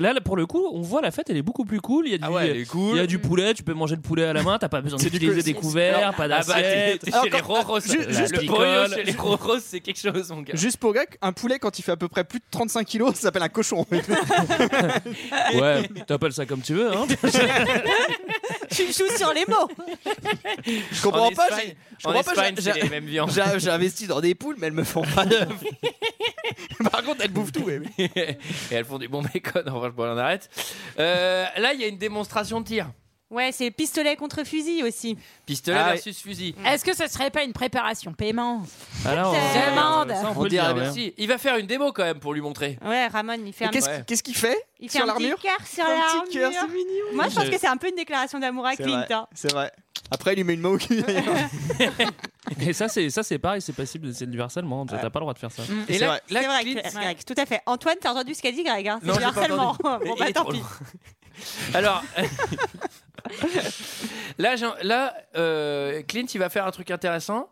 S10: Là, là, pour le coup, on voit la fête, elle est beaucoup plus cool. Il y
S7: Ah
S10: a du, il y a du poulet, tu peux manger le poulet à la main, t'as pas besoin
S7: C'est du
S10: d'utiliser des
S7: cou-
S10: couverts, pas
S7: Ah bah, t'es-
S10: d'assiette.
S7: t'es
S1: Alors,
S7: chez les Roros.
S1: ju-
S10: juste-
S7: le
S10: picole.
S7: boyau chez les Roros, c'est quelque chose, mon gars.
S1: Juste pour gars, un poulet, quand il fait à peu près plus de 35 kilos, ça s'appelle un cochon. [laughs]
S10: ouais, t'appelles ça comme tu veux. Hein.
S6: Tu joues sur les mots.
S1: Je comprends
S7: En
S1: pas.
S7: Espagne-
S1: j'ai- je
S7: en
S1: comprends pas,
S7: Espagne,
S1: j'ai-
S7: c'est
S1: j'ai-
S7: les mêmes viandes.
S1: j'ai- J'ai investi dans des poules, mais elles me font pas d'œufs. Par contre, elles bouffent tout. oui, oui.
S7: [laughs] et elles font du bon bacon. En revanche, bon, on arrête. Euh, là, il y a une démonstration de tir.
S6: [laughs] Ouais, c'est pistolet contre fusil aussi.
S7: Pistolet
S1: Ah,
S7: versus fusil.
S8: Est-ce que ça serait pas une préparation Paiement
S10: Alors,
S6: C'est-
S8: Demande.
S10: ça, on peut
S1: On
S10: le
S1: dirait
S10: dire,
S1: bien.
S10: ouais.
S7: Si, il va faire une démo quand même pour lui montrer.
S6: Ouais, Ramon, il fait
S1: Et
S6: un,
S1: Qu'est-ce
S7: Ouais.
S1: qu'est-ce qu'il fait
S6: il fait
S1: sur
S6: un petit
S1: l'armure
S6: cœur sur
S1: Un petit cœur, c'est
S6: l'armure.
S1: mignon.
S6: Moi, je pense
S10: Je-
S6: que c'est un peu une déclaration d'amour à
S1: C'est
S6: Clint.
S1: vrai.
S6: hein.
S1: C'est vrai. Après, il lui met une main au cul. d'ailleurs.
S10: Et ça, c'est ça, c'est pareil, c'est passible, c'est du harcèlement. T'as pas le droit de faire ça.
S7: Et
S1: C'est
S7: là,
S1: vrai.
S7: là,
S6: C'est vrai,
S7: Clint-
S6: Greg, Greg, tout à fait. Antoine, t'as entendu ce qu'a dit Greg hein C'est
S7: Non,
S6: du
S7: j'ai pas
S6: harcèlement.
S7: [laughs]
S6: [laughs] bon,
S7: Il
S6: bah
S7: est
S6: tant
S7: trop
S6: pis.
S7: loin. [laughs] Alors, là, j'en- là euh, Clint, il va faire un truc intéressant.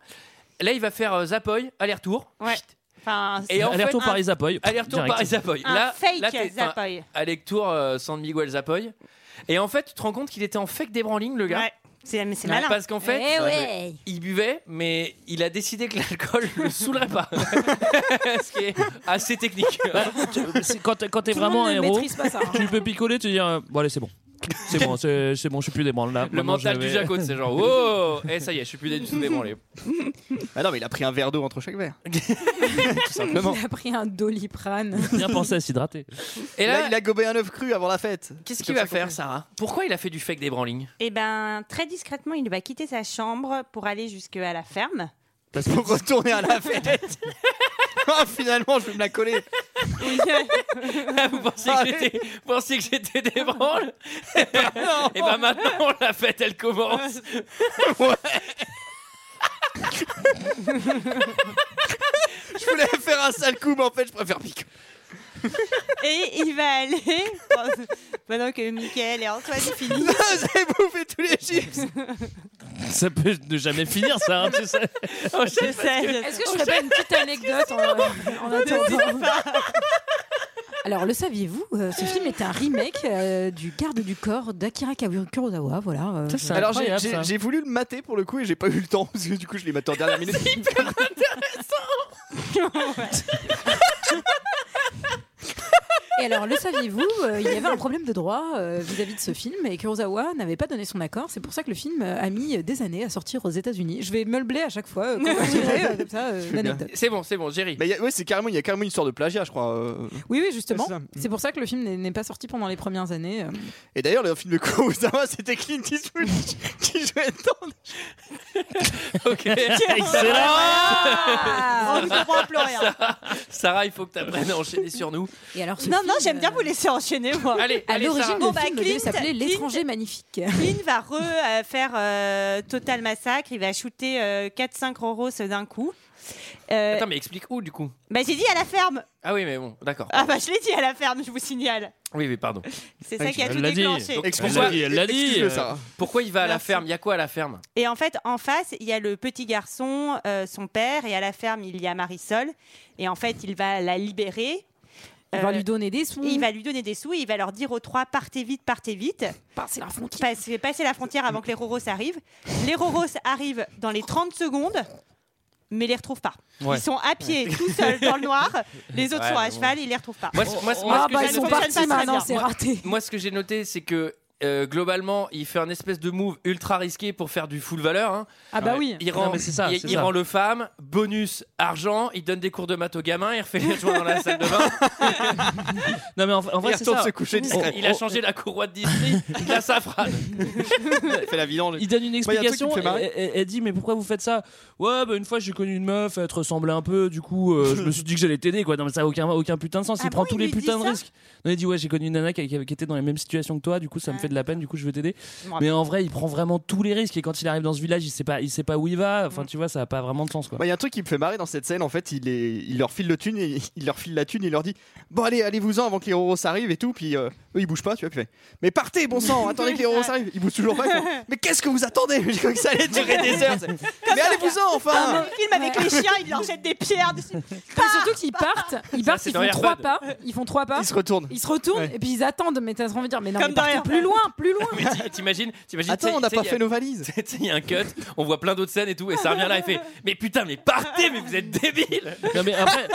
S7: Là, il va faire euh, Zapoy, aller-retour.
S6: Ouais. Enfin,
S7: Et en fait,
S10: Aller-retour
S6: un-
S10: Paris Zapoy.
S7: Aller-retour
S10: Direct.
S7: par Zapoy.
S6: un
S7: Là,
S6: fake
S7: là, t'es- enfin,
S6: Zapoy.
S7: Aller-retour euh, San Miguel Zapoy. Et en fait, tu te rends compte qu'il était en fake débranling, le gars.
S6: Ouais. C'est mais c'est
S7: Ouais,
S6: malin.
S7: Parce qu'en fait,
S8: Eh ouais.
S7: il buvait, mais il a décidé que l'alcool [laughs] ne le saoulerait pas. Ce qui est assez technique.
S10: Bah, tu- c'est- quand t'es- quand t'es
S8: Tout le
S10: vraiment
S8: monde
S10: un
S8: ne
S10: héros,
S8: maîtrise pas ça. hein.
S10: tu peux picoler, tu dis euh, bon allez c'est bon, c'est bon, c'est c'est bon, je suis plus des branles là.
S7: Le
S10: Ah, Maintenant,
S7: mental
S10: je
S7: du
S10: vais-
S7: Jaco, c'est genre, oh, et ça y est, je suis plus
S6: [laughs]
S7: du tout débranlé.
S1: [laughs] Ah non, mais il a pris un verre d'eau entre chaque verre. Tout simplement.
S8: Il a pris un doliprane.
S10: Bien penser à s'hydrater.
S7: Et
S1: Il
S7: là,
S1: a, il a gobé un œuf cru avant la fête.
S7: qu'est-ce
S1: C'est
S7: qu'il
S1: comme
S7: va
S1: ça qu'on
S7: faire,
S1: fait.
S7: Sarah Pourquoi il a fait du fake [laughs] débranling
S6: Et ben très discrètement, il va quitter sa chambre pour aller jusqu'à la
S7: [laughs]
S6: ferme.
S1: Parce pour retourner à la fête. Ah, finalement, je vais me la coller.
S7: Ah, Vous pensiez que j'étais- vous pensiez que j'étais [laughs] débranle Et ben maintenant, la fête, elle commence.
S1: Je voulais faire un sale coup, mais en fait, je préfère piquer.
S6: Et il va aller [laughs] pendant que Mickaël et
S7: [laughs]
S6: Antoine finissent.
S1: Vous avez bouffé tous les
S6: [laughs]
S1: chips.
S10: [laughs] Ça peut ne jamais finir ça, hein, tu sais.
S6: Je sais. je-
S8: Est-ce que je ferais pas une petite anecdote en, euh, en attendant [laughs] Alors, le saviez-vous euh, Ce film est un remake euh, du Garde du corps d'Akira Kawi- Kurosawa. Voilà. euh,
S10: Ça, c'est
S1: Alors, j'ai-
S10: incroyable, ça.
S1: j'ai j'ai voulu le mater pour le coup et j'ai pas eu le temps. Parce que du coup, je l'ai maté en
S7: [laughs]
S1: dernière minute.
S8: Et alors, le saviez-vous euh, Il y avait un problème de droit euh, vis-à-vis de ce film et Kurosawa n'avait pas donné son accord. C'est pour ça que le film euh, a mis des années à sortir aux États-Unis. Je vais meubler à chaque fois euh, quand je dirai, euh, comme ça euh,
S1: bien.
S8: l'anecdote.
S7: C'est bon, c'est bon, j'ai ri.
S1: Mais il y a- ouais, c'est carrément, il y a carrément une histoire de plagiat, je crois. euh.
S8: Oui, oui, justement.
S1: C'est ça.
S8: C'est pour ça que le film n'est- n'est pas sorti pendant les premières années. euh.
S1: Et d'ailleurs, le film de Kurosawa, [laughs] c'était Clint Eastwood qui jouait dedans.
S7: [laughs] Ok. [laughs]
S6: On Oh, ne comprend plus rien.
S7: Sarah, il faut que tu apprennes à enchaîner sur nous.
S8: Et alors, ce
S6: Non,
S8: film,
S6: non, j'aime bien
S8: euh,
S6: vous laisser enchaîner, moi.
S7: Allez,
S8: À
S7: allez,
S8: l'origine,
S7: Sarah.
S8: le
S6: Bon, bah,
S8: film
S6: Clint-
S8: devait s'appeler
S6: Clint-
S8: L'étranger magnifique.
S6: Flynn va refaire euh, Total Massacre. Il va shooter euh, 4-5 euros d'un coup. Euh,
S7: Attends, mais explique où du coup
S6: bah, j'ai dit à la ferme.
S7: Ah oui, mais bon, d'accord.
S6: Ah bah je l'ai dit à la ferme, je vous signale.
S7: Oui, mais pardon.
S6: C'est ça qui a
S10: Elle
S6: tout
S10: l'a dit.
S6: déclenché.
S10: Donc-
S1: Excuse-
S7: Elle l'a dit,
S10: elle l'a dit. euh.
S1: excuse-le, Sarah.
S7: Pourquoi il va à la
S6: Merci.
S7: ferme Il y a quoi à la ferme
S6: Et en fait, en face, il y a le petit garçon, euh, son père, et à la ferme, il y a Marisol. Et en fait, il va la libérer.
S8: Il va
S6: Euh,
S8: lui donner des sous.
S6: et il va lui donner des sous et il va leur dire aux trois partez vite, partez vite,
S8: passer la frontière.
S6: passez, passez la frontière avant que les Roros arrivent. Les Roros arrivent dans les 30 secondes. mais les retrouvent pas.
S7: Ouais.
S6: Ils sont à pied, tout seuls dans le
S7: [laughs]
S6: noir. Les autres
S7: Ouais,
S6: sont à
S7: mais bon.
S6: cheval, ils les retrouvent pas.
S7: Moi, c-
S8: Oh,
S7: moi, c-
S8: Ah,
S7: moi, ce
S8: bah,
S7: que j'ai noté-
S6: Moi-
S7: Moi, ce que j'ai noté, c'est que euh, globalement, il fait un espèce de move ultra risqué pour faire du full valeur. hein.
S8: Ah bah oui.
S7: Il
S8: Non,
S7: rend,
S8: mais c'est ça,
S7: il,
S8: c'est
S7: il
S8: ça.
S7: rend le femme, bonus argent, il donne des cours de maths aux gamins, il refait les joints dans la salle de bain.
S10: [laughs] Non, mais en, en vrai,
S7: Il
S10: c'est
S7: retourne
S10: ça. Oh,
S7: se coucher
S10: On-
S7: discret.
S10: on-
S7: Il a changé la courroie de Disney, il a sa phrase.
S1: Il fait la vidange.
S10: Il donne une
S1: Moi, il y a un truc qui
S10: explication.
S1: me fait marrer.
S10: elle, elle- elle dit mais pourquoi vous faites ça Ouais, bah une fois j'ai connu une meuf, elle te ressemblait un peu. Du coup, euh, je me suis dit que j'allais t'aider quoi. Non mais ça a aucun aucun putain de sens. il prend tous les putains de risques. Non, il dit ouais j'ai connu une nana qui, qui- qui était dans la même situation que toi. Du coup ça me fait de la peine. Du coup je veux t'aider.
S7: Je me rappelle.
S10: Mais en vrai il prend vraiment tous les risques. Et quand il arrive dans ce village, il sait pas il sait pas où il va. Enfin tu vois ça a pas vraiment de sens quoi.
S1: Bah, Il y a un truc qui me fait marrer dans cette scène, en fait, il, les- il leur file le thune, et il leur file la thune, il leur dit Bon, allez, allez-vous-en avant que les héros arrivent et tout, puis euh, eux ils bougent pas, tu vois, puis il fait, Mais partez, bon sang, attendez que les héros arrivent, ils bougent toujours pas, ils font, Mais qu'est-ce que vous attendez Je crois que ça allait durer des heures, c'est- Mais allez-vous-en
S6: Un
S1: enfin
S6: mauvais film avec les chiens, ils leur jettent des pierres. dessus.
S8: Mais surtout qu'ils partent, ils partent,
S1: c'est
S8: ils
S1: dans
S8: font
S1: Air
S8: trois
S1: Bud.
S8: pas, ils font trois pas.
S1: Ils se retournent.
S8: Ils se retournent
S1: Ouais.
S8: et puis ils attendent. Mais t'as envie de dire mais non,
S6: Comme
S8: mais
S6: dans
S8: partez
S6: Air
S8: plus loin, plus loin.
S7: Mais t'i- t'imagines, t'imagines
S1: Attends,
S7: tu sais-
S1: on n'a
S7: tu sais,
S1: pas
S7: il y
S1: fait nos valises.
S7: [laughs] tu sais, Il y a un cut, on voit plein d'autres scènes et tout, et ça revient là et fait Mais putain, mais partez, mais vous êtes débiles
S10: Non, mais après,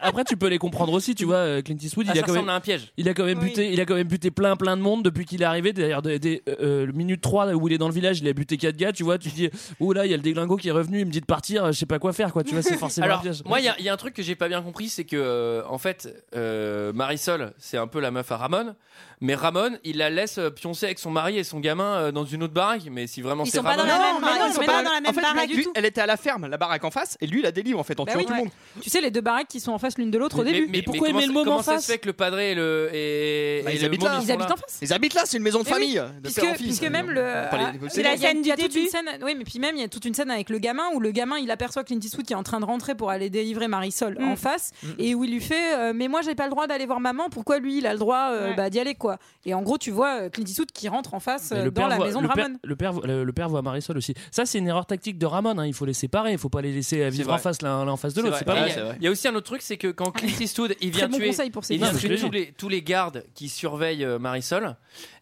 S10: après, tu peux les comprendre aussi, tu vois. euh, Clint Eastwood,
S7: Ah,
S10: il a
S7: ça
S10: quand même
S7: ressemble à un piège.
S10: Il a quand même buté, il a quand même buté plein plein de monde depuis qu'il est arrivé. D'ailleurs, des- des, euh, euh, le minute 3 où il est dans le village, il a buté quatre gars. Tu vois, tu dis, oh là, il y a le déglingo qui est revenu, il me dit de partir, euh, je sais pas quoi faire, quoi. Tu vois, c'est forcément un
S7: Alors,
S10: piège.
S7: moi, il y a- il y, a un truc que j'ai pas bien compris, c'est que, euh, en fait, euh, Marisol, c'est un peu la meuf à Ramon, mais Ramon, il la laisse euh, pioncer avec son mari et son gamin euh, dans une autre baraque, mais si vraiment
S6: Ils
S7: c'est
S6: sont pas
S7: Ramon.
S6: dans la même-
S1: mais
S6: ils sont
S1: mais
S6: pas
S1: non,
S6: dans la
S1: en
S6: même
S1: fait,
S6: baraque
S1: lui,
S6: du
S1: lui, Elle était à la ferme, la baraque en face, et lui, il la délivre en fait en
S8: Bah
S1: tuant
S8: oui.
S1: tout le monde.
S8: Tu sais les deux baraques qui sont en face l'une de l'autre au début.
S7: comment ça-
S8: môme
S7: Comment ça se fait que le padré et le. Et,
S1: Bah,
S7: et
S1: ils,
S7: le
S1: habitent
S7: môme,
S1: là.
S7: sont là
S1: Ils habitent là, c'est une maison de
S8: Eh oui,
S1: famille. de
S8: puisque,
S1: père en fils.
S8: puisque même le,
S1: Pas les-
S8: ah,
S1: c'est
S8: il y
S1: la
S8: a- il y a
S1: scène
S6: du
S8: toute une
S6: début.
S8: scène- oui, mais puis même il y a toute une scène avec le gamin où le gamin il aperçoit Clint Eastwood qui est en train de rentrer pour aller délivrer Marisol en face
S10: Mm.
S8: et où il lui fait euh, mais moi j'ai pas le droit d'aller voir maman pourquoi lui il a le droit euh, bah, d'y aller quoi et en gros tu vois euh, Clint Eastwood qui rentre en face
S10: Mais
S8: euh,
S10: le
S8: dans
S10: père
S8: la
S10: voit-
S8: maison
S10: le
S8: de
S10: père-
S8: Ramon.
S10: le père, voit- le, le père voit Marisol aussi. Ça, c'est une erreur tactique de Ramon. hein. Il faut les séparer. Il faut pas les laisser euh, vivre
S7: vrai.
S10: en face l'un l'un en face de
S7: C'est
S10: l'autre. C'est
S7: vrai.
S10: pas
S7: Et
S10: vrai.
S7: il y a- Il y a aussi un autre truc, c'est que quand Clint Eastwood il
S10: Très
S7: vient
S10: bon
S7: tuer,
S10: conseil pour ces
S7: il vient
S10: gens.
S7: tuer
S10: Je l'ai
S7: tous
S10: vu.
S7: les tous les gardes qui surveillent euh, Marisol.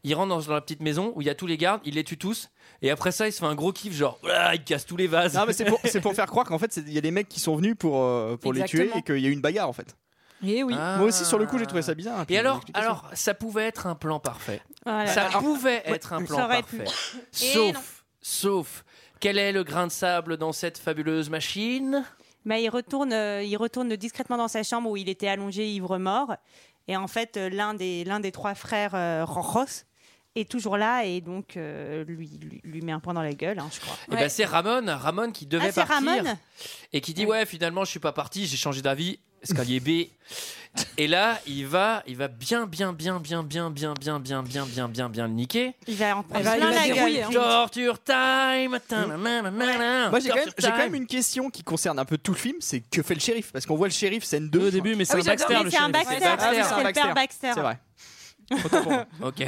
S7: Il rentre dans, dans la petite maison où il y a tous les gardes, il les tue tous, et après ça, il se fait un gros kiff, genre Ouah, il casse tous les vases.
S1: Non, mais c'est pour, c'est pour faire croire qu'en fait, c'est- il y a des mecs qui sont venus pour, euh, pour les tuer
S7: Exactement.
S1: et qu'il y a eu une bagarre en fait.
S8: Et Eh oui.
S10: Ah.
S1: Moi aussi, sur le coup, j'ai trouvé ça bizarre. hein,
S7: Ah. Et alors, alors, ça pouvait être un plan parfait.
S6: Oh Ah
S1: Voilà.
S7: Ça
S1: Alors,
S7: pouvait
S1: ouais,
S7: être un
S1: ça
S7: plan
S1: aurait
S7: parfait.
S1: pu.
S6: Et non.
S7: Sauf, sauf, quel est le grain de sable dans cette fabuleuse machine
S6: Mais il retourne, euh, il retourne discrètement dans sa chambre où il était allongé ivre mort. Et en fait, euh, l'un des, l'un des trois frères euh, Rojas est toujours là et donc euh, lui, lui, lui met un point dans la gueule, hein, je crois.
S7: Et ben c'est Ramon, Ramon qui devait
S6: Ah, c'est
S7: partir
S6: Ramon
S7: et qui dit ouais finalement je suis pas parti, j'ai changé d'avis, escalier B. et là il va, il va bien bien bien bien bien bien bien bien bien bien bien bien le niquer.
S6: Il va en prendre
S7: va-
S6: plein
S7: il va
S6: la
S7: dérouiller,
S6: gueule.
S7: hein. Torture time. Tananana.
S1: Moi, j'ai quand, même,
S7: Torture
S1: j'ai quand
S7: time.
S1: même une question qui concerne un peu tout le film c'est que fait le shérif Parce qu'on voit le shérif scène 2 au début,
S10: mais c'est Ah oui, un j'adore, Baxter, mais le c'est un shérif. Baxter,
S1: Ah oui,
S10: c'est
S1: un
S10: le père Baxter.
S1: C'est
S8: [laughs]
S1: vrai.
S7: Ok.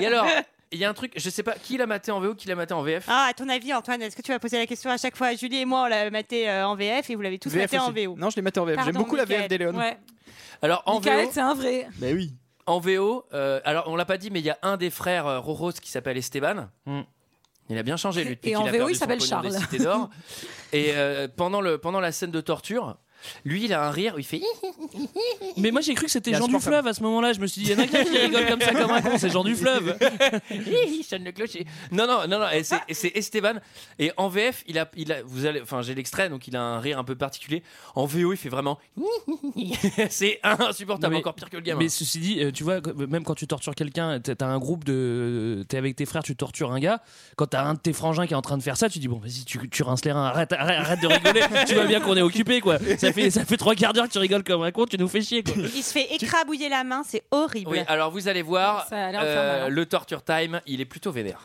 S7: Et alors, il y a un truc, je sais pas qui l'a maté en VO, qui l'a maté en VF.
S6: Ah, à ton avis, Antoine, est-ce que tu vas poser la question à chaque fois Julie et moi, on l'a maté euh, en VF et vous l'avez tous
S7: VF
S6: maté en
S1: [laughs]
S7: aussi.
S6: VO.
S1: Non, je l'ai maté en VF. J'aime
S6: Pardon,
S1: beaucoup la VF
S6: Michael.
S1: d'Eleon.
S6: Ouais.
S7: Alors en VO,
S8: un vrai.
S1: Mais oui.
S7: en VO, euh, alors on l'a pas dit, mais il y a un des frères euh, Roros qui s'appelle Esteban. Il a bien changé lui. depuis
S8: Hmm. Et en
S7: qu'il a
S8: VO,
S7: perdu
S8: il
S7: son
S8: s'appelle
S7: pognon des
S8: Charles.
S7: Cités d'Or. Et euh, pendant le pendant la scène de torture, lui il a un rire, où il fait.
S10: Mais moi j'ai cru que c'était
S7: Il y a
S10: Jean
S7: ce
S10: du
S7: point
S10: fleuve à ce moment-là. Je me suis dit, il y en a qui rigole comme ça comme un con, c'est Jean du
S7: [laughs]
S10: fleuve.
S7: Il sonne le clocher. Non, non, non, non. et c'est- et C'est Esteban. Et en VF, il a, il a, vous allez, enfin, j'ai l'extrait, donc il a un rire un peu particulier. En VO, il fait vraiment. [laughs] c'est insupportable,
S10: Mais-
S7: encore pire que le gamin.
S10: Mais ceci dit, euh, tu vois, que- même quand tu tortures quelqu'un, t'as t'as un groupe de. T'es avec tes frères, tu tortures un gars. Quand t'as un de tes frangins qui est en train de faire ça, tu dis bon, vas-y, tu, tu rinces les reins, arrête, arrête, arrête de
S7: [laughs]
S10: rigoler. tu vois bien qu'on est occupé, quoi. Ça fait, ça fait trois quarts d'heure que tu rigoles comme un con, tu nous fais chier, quoi.
S6: Il se fait écrabouiller la main, c'est horrible.
S7: Oui, alors vous allez
S8: Ah,
S7: voir,
S6: Ça a l'air
S7: euh,
S6: infernal, hein.
S7: le torture time, il est plutôt vénère.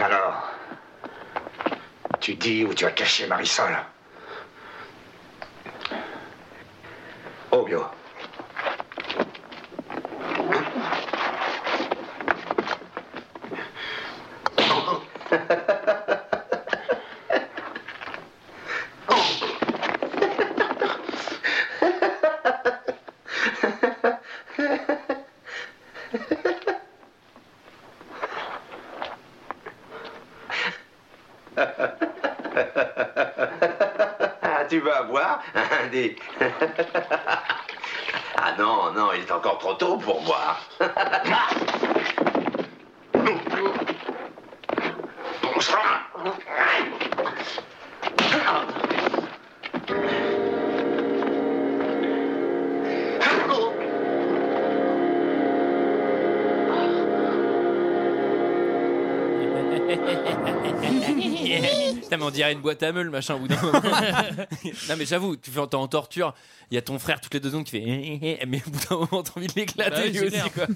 S9: Alors, tu dis où tu as caché Marisol Au bio.
S5: Ah, tu vas avoir un des. [laughs] ah non, non, il est encore trop tôt pour moi.
S7: Putain, mais on dirait une boîte à meules, machin, au bout d'un moment. non, mais j'avoue, tu fais t'es en torture, il y a ton frère toutes les deux secondes qui fait. [laughs] mais au bout d'un moment, t'as envie de
S10: Bah
S7: l'éclater
S10: oui,
S7: lui
S10: c'est
S7: aussi,
S10: clair.
S7: quoi.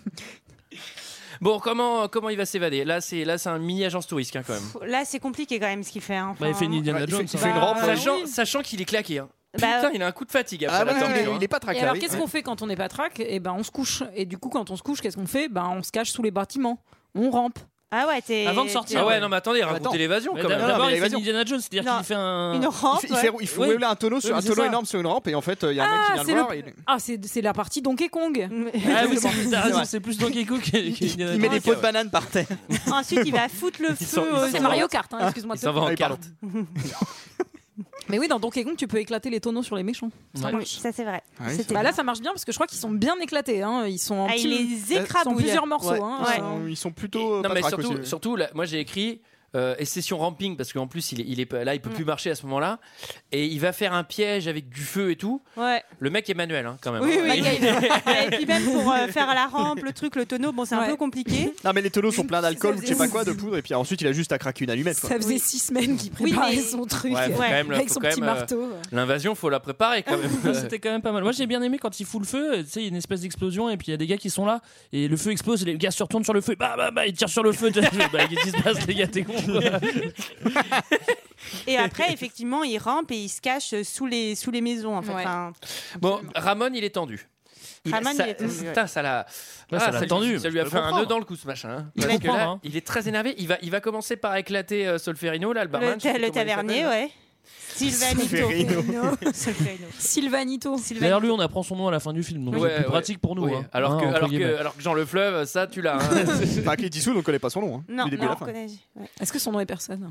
S7: Bon, comment, comment il va s'évader Là, c'est là, c'est un mini agence touristique hein, quand même.
S6: Là, c'est compliqué quand même ce qu'il fait. hein. Enfin,
S7: Ouais, Bah, il fait- il
S6: hein.
S7: fait une
S6: Bah,
S7: rampe,
S6: oui.
S7: sachant, sachant qu'il est claqué. hein.
S6: Bah,
S7: Putain, il a un coup de fatigue
S1: Ah
S7: après la torture. hein.
S8: Et alors, qu'est-ce qu'on fait quand on n'est pas track Eh ben, on se couche. Et du coup, quand on se couche, qu'est-ce qu'on fait Ben, on se cache sous les bâtiments. On rampe.
S6: Ah ouais, t'es.
S8: Avant de sortir.
S7: Ah ouais, non, mais attendez, racontez l'évasion
S10: Mais
S7: quand même.
S10: d'abord, Non, mais il fait l'évasion.
S7: Indiana Jones, c'est-à-dire qu'il fait un.
S6: Une rampe.
S1: Il, fait, il
S6: ouais.
S1: fait rouler un tonneau, sur,
S8: Oui,
S1: un
S8: c'est
S1: tonneau
S8: ça.
S1: énorme sur une rampe et en fait euh, il y a un
S8: Ah,
S1: mec qui
S8: c'est
S1: vient
S8: le-
S1: le voir. et il-
S8: Ah, c'est c'est la partie Donkey Kong.
S10: Ah oui, c'est-
S1: Exactement.
S10: t'as
S1: C'est
S10: raison,
S1: vrai.
S10: c'est plus Donkey Kong que- que-
S1: Il met des pots de banane par terre.
S6: [laughs] Ensuite, il va foutre le
S10: Ils
S6: feu
S10: sont- ils
S6: aux
S10: sont-
S8: Mario Kart, hein, excuse-moi.
S10: Il s'en va en
S1: Ah oui,
S10: carte.
S8: Mais oui, dans Donkey Kong, tu peux éclater les tonneaux sur les méchants. Ça
S10: Ouais.
S8: marche.
S6: Ça, c'est vrai.
S1: Ah oui,
S6: C'était-
S8: Bah là, ça marche bien parce que je crois qu'ils sont bien éclatés. hein. Ils sont en
S6: Ah, il
S8: petits-
S6: les
S8: ils sont en
S6: écrabouille.
S8: plusieurs morceaux.
S6: Ouais.
S8: hein.
S1: Ils
S6: Ouais.
S1: sont- Ils sont plutôt. euh,
S7: Non, mais
S1: patraques
S7: surtout,
S1: aussi.
S7: surtout là, moi j'ai écrit. Euh, et session ramping parce qu'en plus il est, il est pas- là il peut plus marcher à ce moment-là et il va faire un piège avec du feu et tout
S6: Ouais.
S7: le mec est manuel hein, quand même
S6: Oui, oui.
S7: Il-
S6: Et puis même pour euh, faire la rampe, le truc, le tonneau, bon, c'est un
S8: Ouais.
S6: peu compliqué.
S1: Non, mais les tonneaux sont pleins d'alcool ou je sais
S8: faisait-
S1: pas quoi, de poudre, et puis ensuite il a juste à craquer une allumette. quoi.
S8: Ça faisait six semaines qu'il préparait
S6: mais-
S8: son truc
S7: Ouais, faut
S8: [laughs]
S6: Ouais.
S7: quand même,
S8: avec
S7: faut
S8: son
S7: quand
S8: petit
S7: même, euh,
S8: marteau.
S7: l'invasion faut la préparer quand même
S10: Ouais, C'était quand même pas mal. Moi j'ai bien aimé quand il fout le feu, euh, tu sais, il y a une espèce d'explosion et puis il y a des gars qui sont là et le feu explose et les gars se retournent sur le feu, bah bah bah, ils tirent sur le feu. tu sais, bah, Qu'est-ce qui se passe les gars, t'es con quoi.
S7: [laughs]
S6: Et après, effectivement, il rampe et il se cache euh, sous les, sous les maisons. En fait.
S8: Ouais.
S6: Enfin,
S7: Bon, Ramon, il est tendu.
S6: Ramon,
S7: ça,
S6: il est tendu, ouais.
S7: Putain, ça l'a.
S10: ça l'a
S7: lui-
S10: tendu,
S7: Ça lui
S10: je
S7: a
S10: peux
S7: fait un
S10: comprendre.
S7: nœud dans le cou, ce machin. hein.
S10: Je
S7: Parce
S10: peux
S7: que là,
S10: comprendre, hein.
S7: il est très énervé. Il va, il va commencer par éclater euh, Solferino, là, le barman.
S6: le,
S7: je sais
S6: ta-
S7: plus
S6: le
S7: comment il
S6: tavernier,
S7: s'appelle.
S6: ouais. Sylvanito. [laughs]
S1: Solferino.
S6: Solferino.
S8: Sylvanito.
S10: D'ailleurs lui on apprend son nom à la fin du film donc
S7: Ouais,
S10: c'est plus
S7: ouais.
S10: pratique pour nous.
S7: Oui,
S10: hein.
S7: alors,
S10: Hein,
S7: que,
S10: entre
S7: alors,
S10: guillemets.
S7: que, alors que Jean Le Fleuve, ça, tu l'as. hein.
S10: [laughs]
S1: Enfin, Clint Eastwood, on connaît pas son nom. hein,
S6: Non,
S1: du début à
S6: non,
S1: la
S6: on
S1: fin.
S6: connaît. ouais.
S8: Est-ce que son nom est personne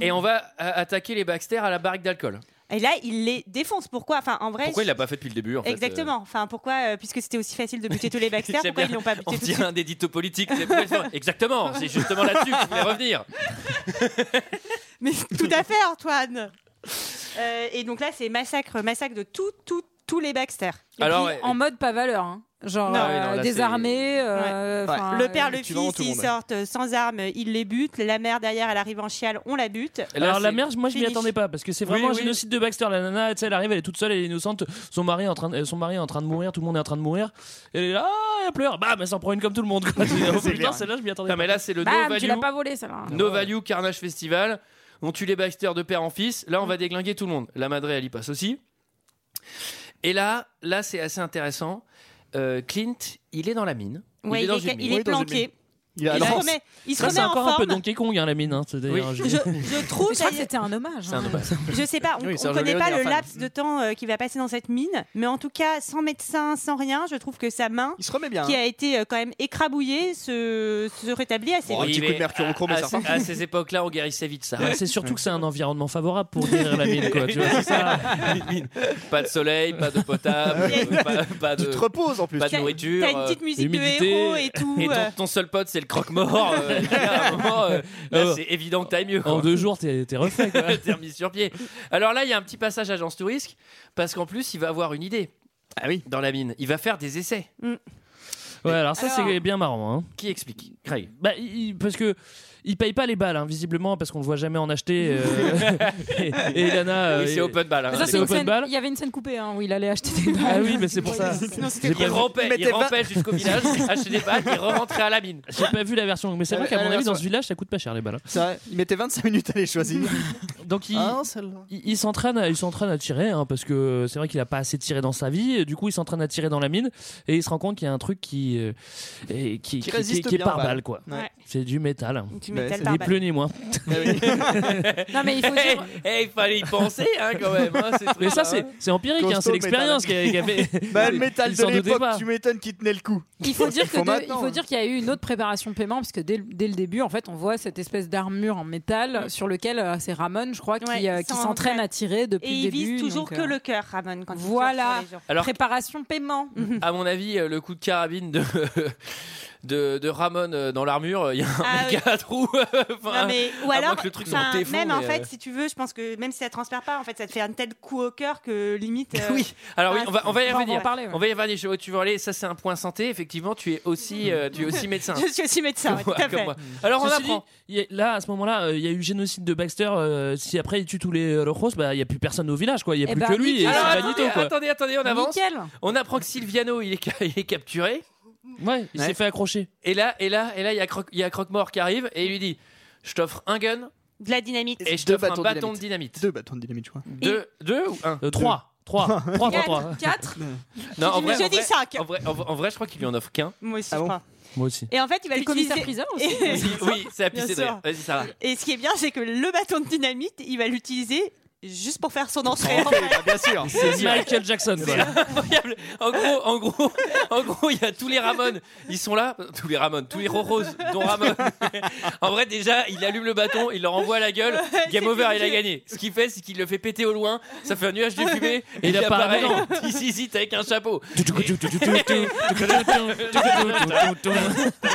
S7: Et on va euh, attaquer les Baxter à la barrique d'alcool.
S6: Et là, il les défonce. Pourquoi Enfin, en vrai.
S7: Pourquoi il l'a pas fait depuis le début en fait, euh,
S6: Exactement. Enfin, pourquoi euh, Puisque c'était aussi facile de buter
S7: [laughs]
S6: tous les Baxter,
S7: J'aime
S6: pourquoi
S7: bien.
S6: ils l'ont pas buté
S7: On
S6: tout de suite
S7: dirait un édito politique. c'est complètement- Exactement, c'est justement là-dessus que je voulais revenir.
S6: Mais tout à fait, Antoine. Euh, et donc là, c'est massacre, massacre de tout, tout, tous les Baxter.
S7: Alors,
S8: Puis,
S7: ouais,
S8: En mode pas valeur. hein. Genre
S6: Non.
S8: euh,
S7: Ah oui, non, là, c'est-
S8: désarmé. euh,
S1: Ouais.
S8: enfin,
S6: Le père,
S8: euh,
S6: le
S1: tu vas en
S6: fils,
S1: tout le
S6: ils
S1: monde.
S6: sortent euh, sans armes, ils les butent. La mère derrière, elle arrive en chiale, on la bute.
S7: Là,
S10: alors la
S7: c'est-
S10: mère, moi je m'y
S6: finish.
S10: attendais pas parce que c'est
S7: Oui,
S10: vraiment
S7: oui.
S10: un génocide de Baxter. La nana, tu sais, elle arrive, elle est toute seule, elle est innocente. Son mari est en train, de, euh, son mari est en train de mourir, tout le monde est en train de mourir. Elle est là, ah, elle pleure. Bah, mais s'en prend une comme tout le monde. [laughs] Quoi. Oh,
S1: C'est
S10: putain,
S1: clair.
S10: celle-là, je m'y attendais
S7: Non,
S10: pas.
S7: mais là, c'est le no
S8: euh, Bam,
S7: value.
S8: tu l'as pas volé, ça va.
S7: No Value Carnage Festival. On tue les Baxter de père en fils. Là, on va déglinguer tout le monde. La Madré, elle y passe aussi. Et là, là, c'est assez intéressant. Euh, Clint, il est dans la mine.
S6: Ouais,
S7: il est dans
S6: il est,
S7: une
S6: il
S7: mine.
S6: est
S1: Oui, dans une
S6: planqué.
S1: Il a
S6: Il
S1: alors,
S6: se remet, il se
S10: Ça,
S6: remet
S10: c'est
S6: en
S10: encore un peu
S6: forme.
S10: Donkey Kong, hein, la mine. hein, c'est d'ailleurs
S7: Oui.
S10: un jeu.
S6: Je, [laughs] je trouve,
S8: Je crois que c'était un hommage.
S7: C'est un
S8: [laughs] hein.
S7: hommage.
S6: je sais pas, on,
S1: Oui,
S6: on
S1: Serge
S6: connaît
S1: Léon
S6: pas
S1: est un
S6: le
S1: fan.
S6: laps de temps euh, qui va passer dans cette mine, mais en tout cas, sans médecin, sans rien, je trouve que sa main,
S1: il se remet bien.
S6: qui
S1: hein.
S6: a été euh, quand même écrabouillée, se, se rétablit assez
S1: Bon, un
S7: Il
S1: petit coup de
S7: est-
S1: mercure au chrome,
S7: à,
S1: ça repart.
S7: ces- à ces époques-là, on guérissait vite ça.
S10: Ouais, c'est surtout que c'est un environnement favorable pour guérir la mine, quoi. Tu vois, c'est ça.
S7: [laughs] Pas de soleil, pas de
S6: [laughs]
S7: potable, euh, pas, pas
S1: Tu
S7: de,
S1: te reposes en plus.
S7: pas de
S6: T'as-
S7: nourriture.
S6: T'as une
S7: euh,
S6: petite musique
S10: humidité,
S6: de héros et tout. euh.
S7: Et ton, ton seul pote, c'est le croque-mort. euh, [laughs] à un moment, euh, là,
S10: Oh.
S7: c'est évident que t'ailles mieux.
S10: En
S7: quoi.
S10: deux jours, t'es t'es refait. quoi.
S7: [laughs] T'es remis sur pied. Alors là, il y a un petit passage agence touriste parce qu'en plus, il va avoir une idée. Ah oui. Dans la mine, il va faire des essais.
S10: Ouais, alors ça,
S6: Alors-
S10: c'est bien marrant. hein.
S7: Qui explique Craig.
S10: Bah, il- parce que. Il paye pas les balles, hein, visiblement, parce qu'on le voit jamais en acheter. euh, et, et Lana. euh,
S7: oui, c'est
S10: et-
S7: open ball. hein.
S10: Mais
S8: Ça,
S10: C'est
S8: c'est une
S10: open
S8: scène-
S10: ball.
S8: Il y avait une scène coupée hein, où il allait acheter des balles.
S10: Ah oui, mais c'est
S8: [laughs]
S10: pour ça.
S7: il rampait, il
S1: mettez vingt-
S7: rampait jusqu'au village, achetait des balles, il rentrait à la mine.
S10: J'ai pas vu la version, longue, mais c'est
S1: Ah
S10: vrai
S1: oui,
S10: qu'à
S1: ah,
S10: mon
S1: la
S10: avis, dans
S1: version-
S10: ce village, ça coûte pas cher les balles.
S1: C'est vrai, il mettait 25 minutes à les choisir.
S10: Donc il,
S1: Ah, celle-là.
S10: il, il s'entraîne, à- il s'entraîne à tirer, hein, parce que c'est vrai qu'il a pas assez tiré dans sa vie. et Du coup, il s'entraîne à tirer dans la mine et il se rend compte qu'il y a un truc qui, qui, euh, et qui, qui-
S1: résiste
S10: qui- qui est
S1: bien
S10: par
S1: aux balles.
S10: balle, quoi.
S1: Ouais.
S10: C'est du métal.
S6: Du métal Ouais, c'est-
S10: ni
S6: par balle.
S10: plus ni moins.
S1: Bah
S6: Non, mais
S7: [laughs]
S6: il faut dire-
S7: Eh, il fallait y penser, hein, quand même. hein, ces
S10: Mais ça,
S7: trucs-là,
S10: c'est
S7: hein.
S10: c'est empirique, hein, c'est l'expérience qui a, qui a
S6: [laughs]
S10: fait.
S1: Bah,
S10: [laughs]
S1: le métal
S10: Ils
S1: de
S10: s'en doutaient
S1: l'époque,
S10: pas.
S1: tu m'étonnes qui tenait le coup.
S7: [laughs]
S8: Il faut dire
S1: Ils
S8: que
S1: font
S8: de- il
S1: maintenant,
S8: faut
S1: hein.
S8: dire qu'il y a eu une autre préparation de paiement parce que dès, le- dès le début en fait on voit cette espèce d'armure en métal
S7: Mm.
S8: sur lequel euh, c'est Ramon je crois qui,
S6: Ouais,
S8: euh, qui
S6: sans-
S8: s'entraîne à tirer depuis
S6: Et
S8: le
S6: il
S8: début.
S6: vise toujours
S8: donc,
S6: que
S8: euh,
S6: le cœur, Ramon, quand il tire
S8: Voilà.
S7: [laughs]
S6: sur les gens.
S7: Alors-
S8: préparation paiement.
S7: À mon avis, euh, le coup de carabine de, [laughs] de, de Ramon euh, dans l'armure, il y a un
S6: Ah
S7: mec à trou. [laughs] Enfin,
S6: Non,
S7: [laughs]
S6: mais, ou
S7: à
S6: alors,
S7: moins que le truc soit
S6: enfin,
S7: en téléphone,
S6: même en
S7: mais,
S6: fait,
S7: euh,
S6: si tu veux, je pense que même si ça transfère pas, en fait, ça te fait un tel coup au cœur que [laughs] limite. euh, oui.
S7: Alors oui,
S6: ah,
S7: on va, on va y
S6: Enfin, on va en
S7: revenir.
S6: parler, ouais.
S7: On va y revenir. Je sais où tu veux aller. Ça, c'est un point santé. Effectivement, tu es aussi, euh, tu
S6: [laughs]
S7: es aussi médecin.
S6: Je suis aussi médecin,
S7: Comme
S6: ouais, tout
S7: moi,
S6: à
S7: comme
S6: fait.
S7: moi. Alors on
S10: Ceci
S7: apprend.
S10: dit, il y a- là, à ce moment-là, euh, il y a eu génocide de Baxter. euh, si après il tue tous les Rojos, bah, il n'y a plus personne au village, quoi. Il n'y a
S8: Eh
S10: plus
S8: ben,
S10: que lui. Et
S7: Alors,
S10: c'est
S7: attendez,
S10: Magneto, quoi.
S7: attendez, attendez, on avance.
S8: Nickel. [laughs]
S7: On apprend que Silviano, il est, ca- [laughs] il est capturé.
S10: Ouais, il s'est fait accrocher.
S7: Et là, et là, et là, il y a Croc- il y a Croque-Mort qui arrive et il lui dit Je t'offre un gun
S6: De la dynamite.
S7: et je
S1: Deux
S7: t'offre un
S1: bâtons de
S7: bâton de dynamite.
S1: hein. Deux bâtons de dynamite, je crois.
S7: Deux, deux ou un
S10: Euh, trois. Trois. Trois, trois, trois.
S6: 4
S7: Non, en vrai,
S6: J'ai
S7: en
S6: dit
S7: vrai,
S6: 5.
S7: en vrai- en vrai- en vrai, je crois qu'il lui en
S6: [laughs]
S7: offre qu'un.
S6: Moi aussi,
S1: Ah
S6: je
S1: bon
S6: crois.
S10: Moi aussi.
S6: Et en fait, il va
S8: le commissaire
S6: l'utiliser.
S8: priseur aussi.
S7: Oui, oui, c'est la
S6: Bien
S7: piste de
S6: sûr.
S7: rire. Vas-y, Sarah.
S6: Et ce qui est bien, c'est que le bâton de dynamite, il va l'utiliser juste pour faire son entrée. en fait.
S1: Ah, bien sûr.
S10: C'est Michael Jackson. quoi.
S7: incroyable. En gros, en gros, en gros, il y a tous les Ramones. Ils sont là, tous les Ramones, tous les Roros, dont Ramon. en vrai, déjà, il allume le bâton, il leur envoie à la gueule. Game
S6: C'est
S7: over, il a
S6: fini.
S7: gagné. Ce qu'il fait, c'est qu'il le fait péter au loin. Ça fait un nuage de fumée.
S10: Et
S7: Et il
S10: il apparaît.
S7: apparaît hésite avec un chapeau.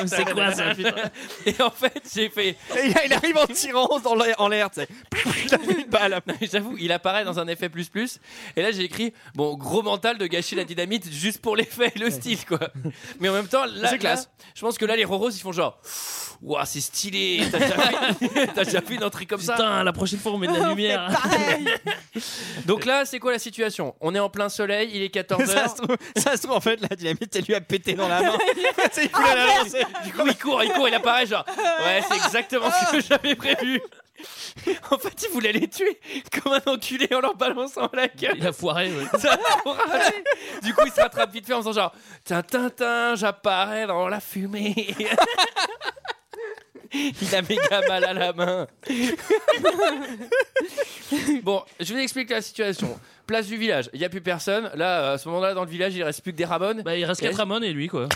S10: C'est quoi ça, putain
S7: Et en fait, j'ai fait.
S1: Et là, il arrive en tirant dans l'air- en l'air, tu sais. [laughs] Il a mis une balle.
S7: Non, mais [laughs] J'avoue, il apparaît dans un effet plus plus. Et là, j'ai écrit bon, gros mental de gâcher la dynamite juste pour l'effet et le style, quoi. Mais en même temps, là,
S1: C'est classe.
S7: là, je pense que là, les Roros, ils font genre, waouh, c'est stylé. T'as déjà vu- t'as déjà vu une [laughs] entrée comme ça
S10: Putain, la prochaine fois, on met de
S7: [laughs]
S10: la lumière.
S1: [laughs]
S6: Pareil.
S7: Donc là, c'est quoi la situation On est en plein soleil, il est
S10: [laughs]
S7: 14
S1: Ça se,
S7: h
S1: trouve, ça se trouve, en fait, la dynamite, elle lui a pété dans [laughs] la main.
S7: [laughs]
S1: Tu sais, il
S7: Ah,
S1: voulait la lancer.
S7: Du coup, il court, il court, il apparaît [laughs] genre, ouais, c'est exactement ce que j'avais prévu. [laughs] En fait, il voulait les tuer comme un enculé en leur balançant la gueule.
S10: Il a foiré. ouais.
S7: [laughs] Ça va rater. du coup, il se rattrape vite fait en faisant genre Tin, tin, tin, j'apparais dans la fumée. [laughs] il a méga mal à la main. [laughs] bon, je vous explique la situation. Place du village, il n'y a plus personne. Là, à ce moment-là, dans le village, il reste plus que des rabones.
S10: Bah, il reste 4 Ramon et lui, [laughs] quoi.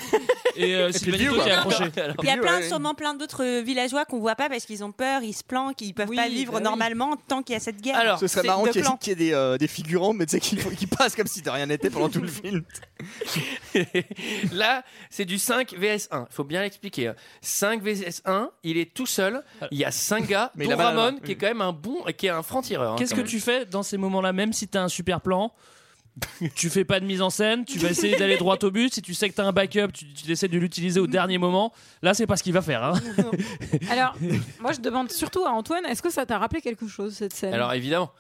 S10: Et euh, c'est
S1: puis bah, lui,
S10: Magneto qui est
S1: quoi.
S10: accroché.
S6: Il y a
S1: Ouais,
S6: plein,
S1: ouais.
S6: sûrement plein d'autres euh, villageois qu'on voit pas parce qu'ils ont peur, ils se planquent, ils peuvent
S8: Oui,
S6: pas vivre
S8: bah oui.
S6: normalement tant qu'il y a cette guerre.
S7: Alors,
S1: Ce serait
S6: c'est
S1: marrant
S6: de
S1: qu'il y ait,
S6: plan.
S1: qu'il y ait des, euh, des figurants, mais tu sais, qui, qui passent comme si de rien n'était pendant tout le film.
S7: [laughs] Là, c'est du 5 vs 1. Il faut bien l'expliquer. hein. 5 vs 1, il est tout seul. Il y a 5 gars,
S1: Mais
S7: mais
S1: il a
S7: dont
S1: mal à la
S7: Ramon,
S1: main.
S7: qui est quand même un bon, qui est un franc-tireur. hein,
S10: Qu'est-ce
S7: quand
S10: que
S7: même.
S10: tu fais dans ces moments-là, même si t'as un super plan tu fais pas de mise en scène, tu vas essayer d'aller droit au but. Si tu sais que t'as un backup, tu, tu essaies de l'utiliser au dernier moment. Là, c'est pas ce qu'il va faire. hein.
S7: [laughs]
S8: Alors moi je demande surtout à Antoine est-ce que ça t'a rappelé quelque chose cette scène
S7: Alors évidemment,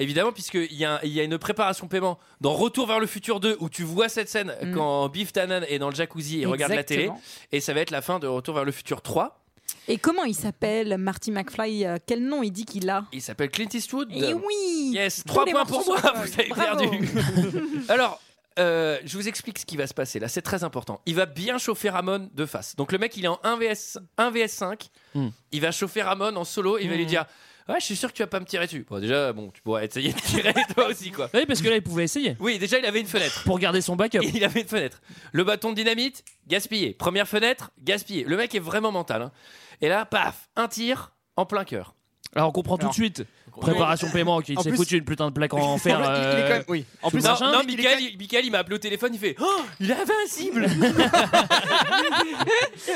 S7: évidemment, puisqu'il y, a un- il y a une préparation paiement dans Retour vers le futur 2 où tu vois cette scène
S8: Mm.
S7: quand Biff Tannen est dans le jacuzzi et regarde la télé,
S8: Exactement.
S7: et ça va être la fin de Retour vers le futur 3.
S8: Et comment il s'appelle Marty McFly euh, Quel nom il dit qu'il a
S7: Il s'appelle Clint Eastwood.
S8: Et Eh oui
S7: Euh, Yes,
S8: Tous
S7: 3
S8: les
S7: points pour
S8: morceaux
S7: moi,
S8: sont
S7: [laughs] vous
S8: folles.
S7: avez
S8: Bravo.
S7: perdu. Alors, euh, je vous explique ce qui va se passer là, c'est très important. Il va bien chauffer Ramon de face. Donc le mec, il est en 1 vs 1 vs 5.
S10: Mm.
S7: Il va chauffer Ramon en solo, il va lui
S10: Hmm.
S7: dire "Ouais, je suis sûr que tu vas pas me tirer dessus." Bon, déjà, bon, tu pourrais essayer de tirer [laughs] toi aussi quoi.
S10: Oui, parce que là, il pouvait essayer
S7: Oui, déjà, il avait une fenêtre.
S10: pour garder son backup.
S7: Et [laughs] il avait une fenêtre. Le bâton de dynamite, gaspillé. Première fenêtre, gaspillé. Le mec est vraiment mental. hein. Et là, paf, un tir en plein cœur.
S10: Alors, on comprend tout de
S1: Alors.
S10: suite. Préparation paiement, [laughs] qui
S1: En
S10: s'est
S1: plus-
S10: foutu une putain de plaque en fer.
S1: En fait, il- il est quand
S10: euh,
S1: même- oui. En plus,
S7: non,
S10: machin,
S7: non,
S1: il est
S7: Michael, il, Michael, il m'a appelé au téléphone, il fait Oh, il est invincible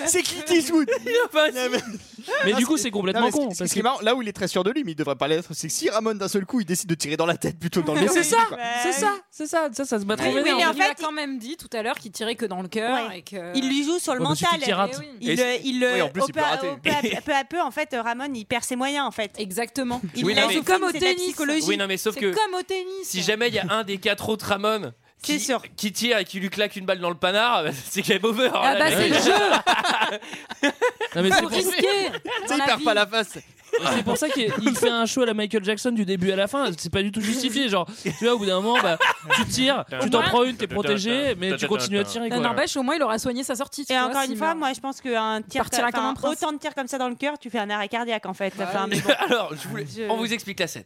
S1: c'est Clint [laughs] Eastwood.
S7: Il est invincible
S10: Mais du coup, c'est
S1: Non,
S10: complètement
S1: mais ce-
S10: con.
S1: ce
S10: parce
S1: qui est
S10: que-
S1: marrant, là où il est très sûr de lui, mais il devrait pas l'être, c'est que si Ramon d'un seul coup il décide de tirer dans la tête plutôt que dans le
S10: Mais
S1: visage,
S10: c'est
S6: Ah,
S10: ça,
S6: bah
S1: quoi.
S10: c'est ça, c'est ça, ça, ça se bat trop
S8: Oui,
S6: Oui,
S10: vénère. hein.
S8: mais
S6: mais
S8: en
S6: en
S8: fait, il a
S6: fait,
S8: quand même dit tout à l'heure qu'il tirait que dans le cœur
S6: Ouais.
S8: et que.
S6: Il lui joue sur le
S10: Ouais, mais suffit
S6: mental.
S10: qu'il rate.
S8: Eh oui.
S6: Il,
S7: Et-
S6: euh, il,
S1: Oui, en
S6: euh,
S1: plus,
S6: au
S1: il peut
S6: peu-
S1: rater.
S6: au peu, à- peu à peu, en fait, euh, Ramon, il perd ses moyens, en fait.
S8: Exactement.
S6: Il
S7: Oui,
S6: prend
S7: non, mais-
S6: son
S8: Comme au
S6: c'est de la
S8: tennis.
S6: psychologie.
S7: Oui, non, mais sauf
S8: C'est
S7: que
S8: comme au tennis.
S7: si jamais il y a un des quatre autres Ramon qui,
S6: C'est sûr.
S7: qui tire et qui lui claque une balle dans le panard, bah, c'est game over.
S8: Ah
S7: là, mais-
S8: bah c'est le jeu,
S10: Non, mais c'est
S8: faut
S10: pour-
S8: risquer.
S1: Tu sais,
S8: dans
S1: il
S8: la
S1: perd
S8: vie.
S1: pas la face.
S10: c'est pour ça qu'il il fait un show à la Michael Jackson du début à la fin. C'est pas du tout justifié. Genre, tu vois, au bout d'un moment, bah, tu tires, tu t'en prends une, t'es protégé, mais tu continues à tirer. quoi.
S8: N'empêche, au moins, il aura soigné sa sortie. tu
S6: Et
S8: vois,
S6: encore une
S8: s'il
S6: fois,
S8: meurt.
S6: moi je pense qu'un tir
S8: Partira
S6: enfin,
S8: comme un prince.
S6: autant de tirs comme ça dans le cœur, tu fais un arrêt cardiaque en fait. Enfin, mais bon.
S7: [laughs] Alors, je voulais- on vous explique la scène.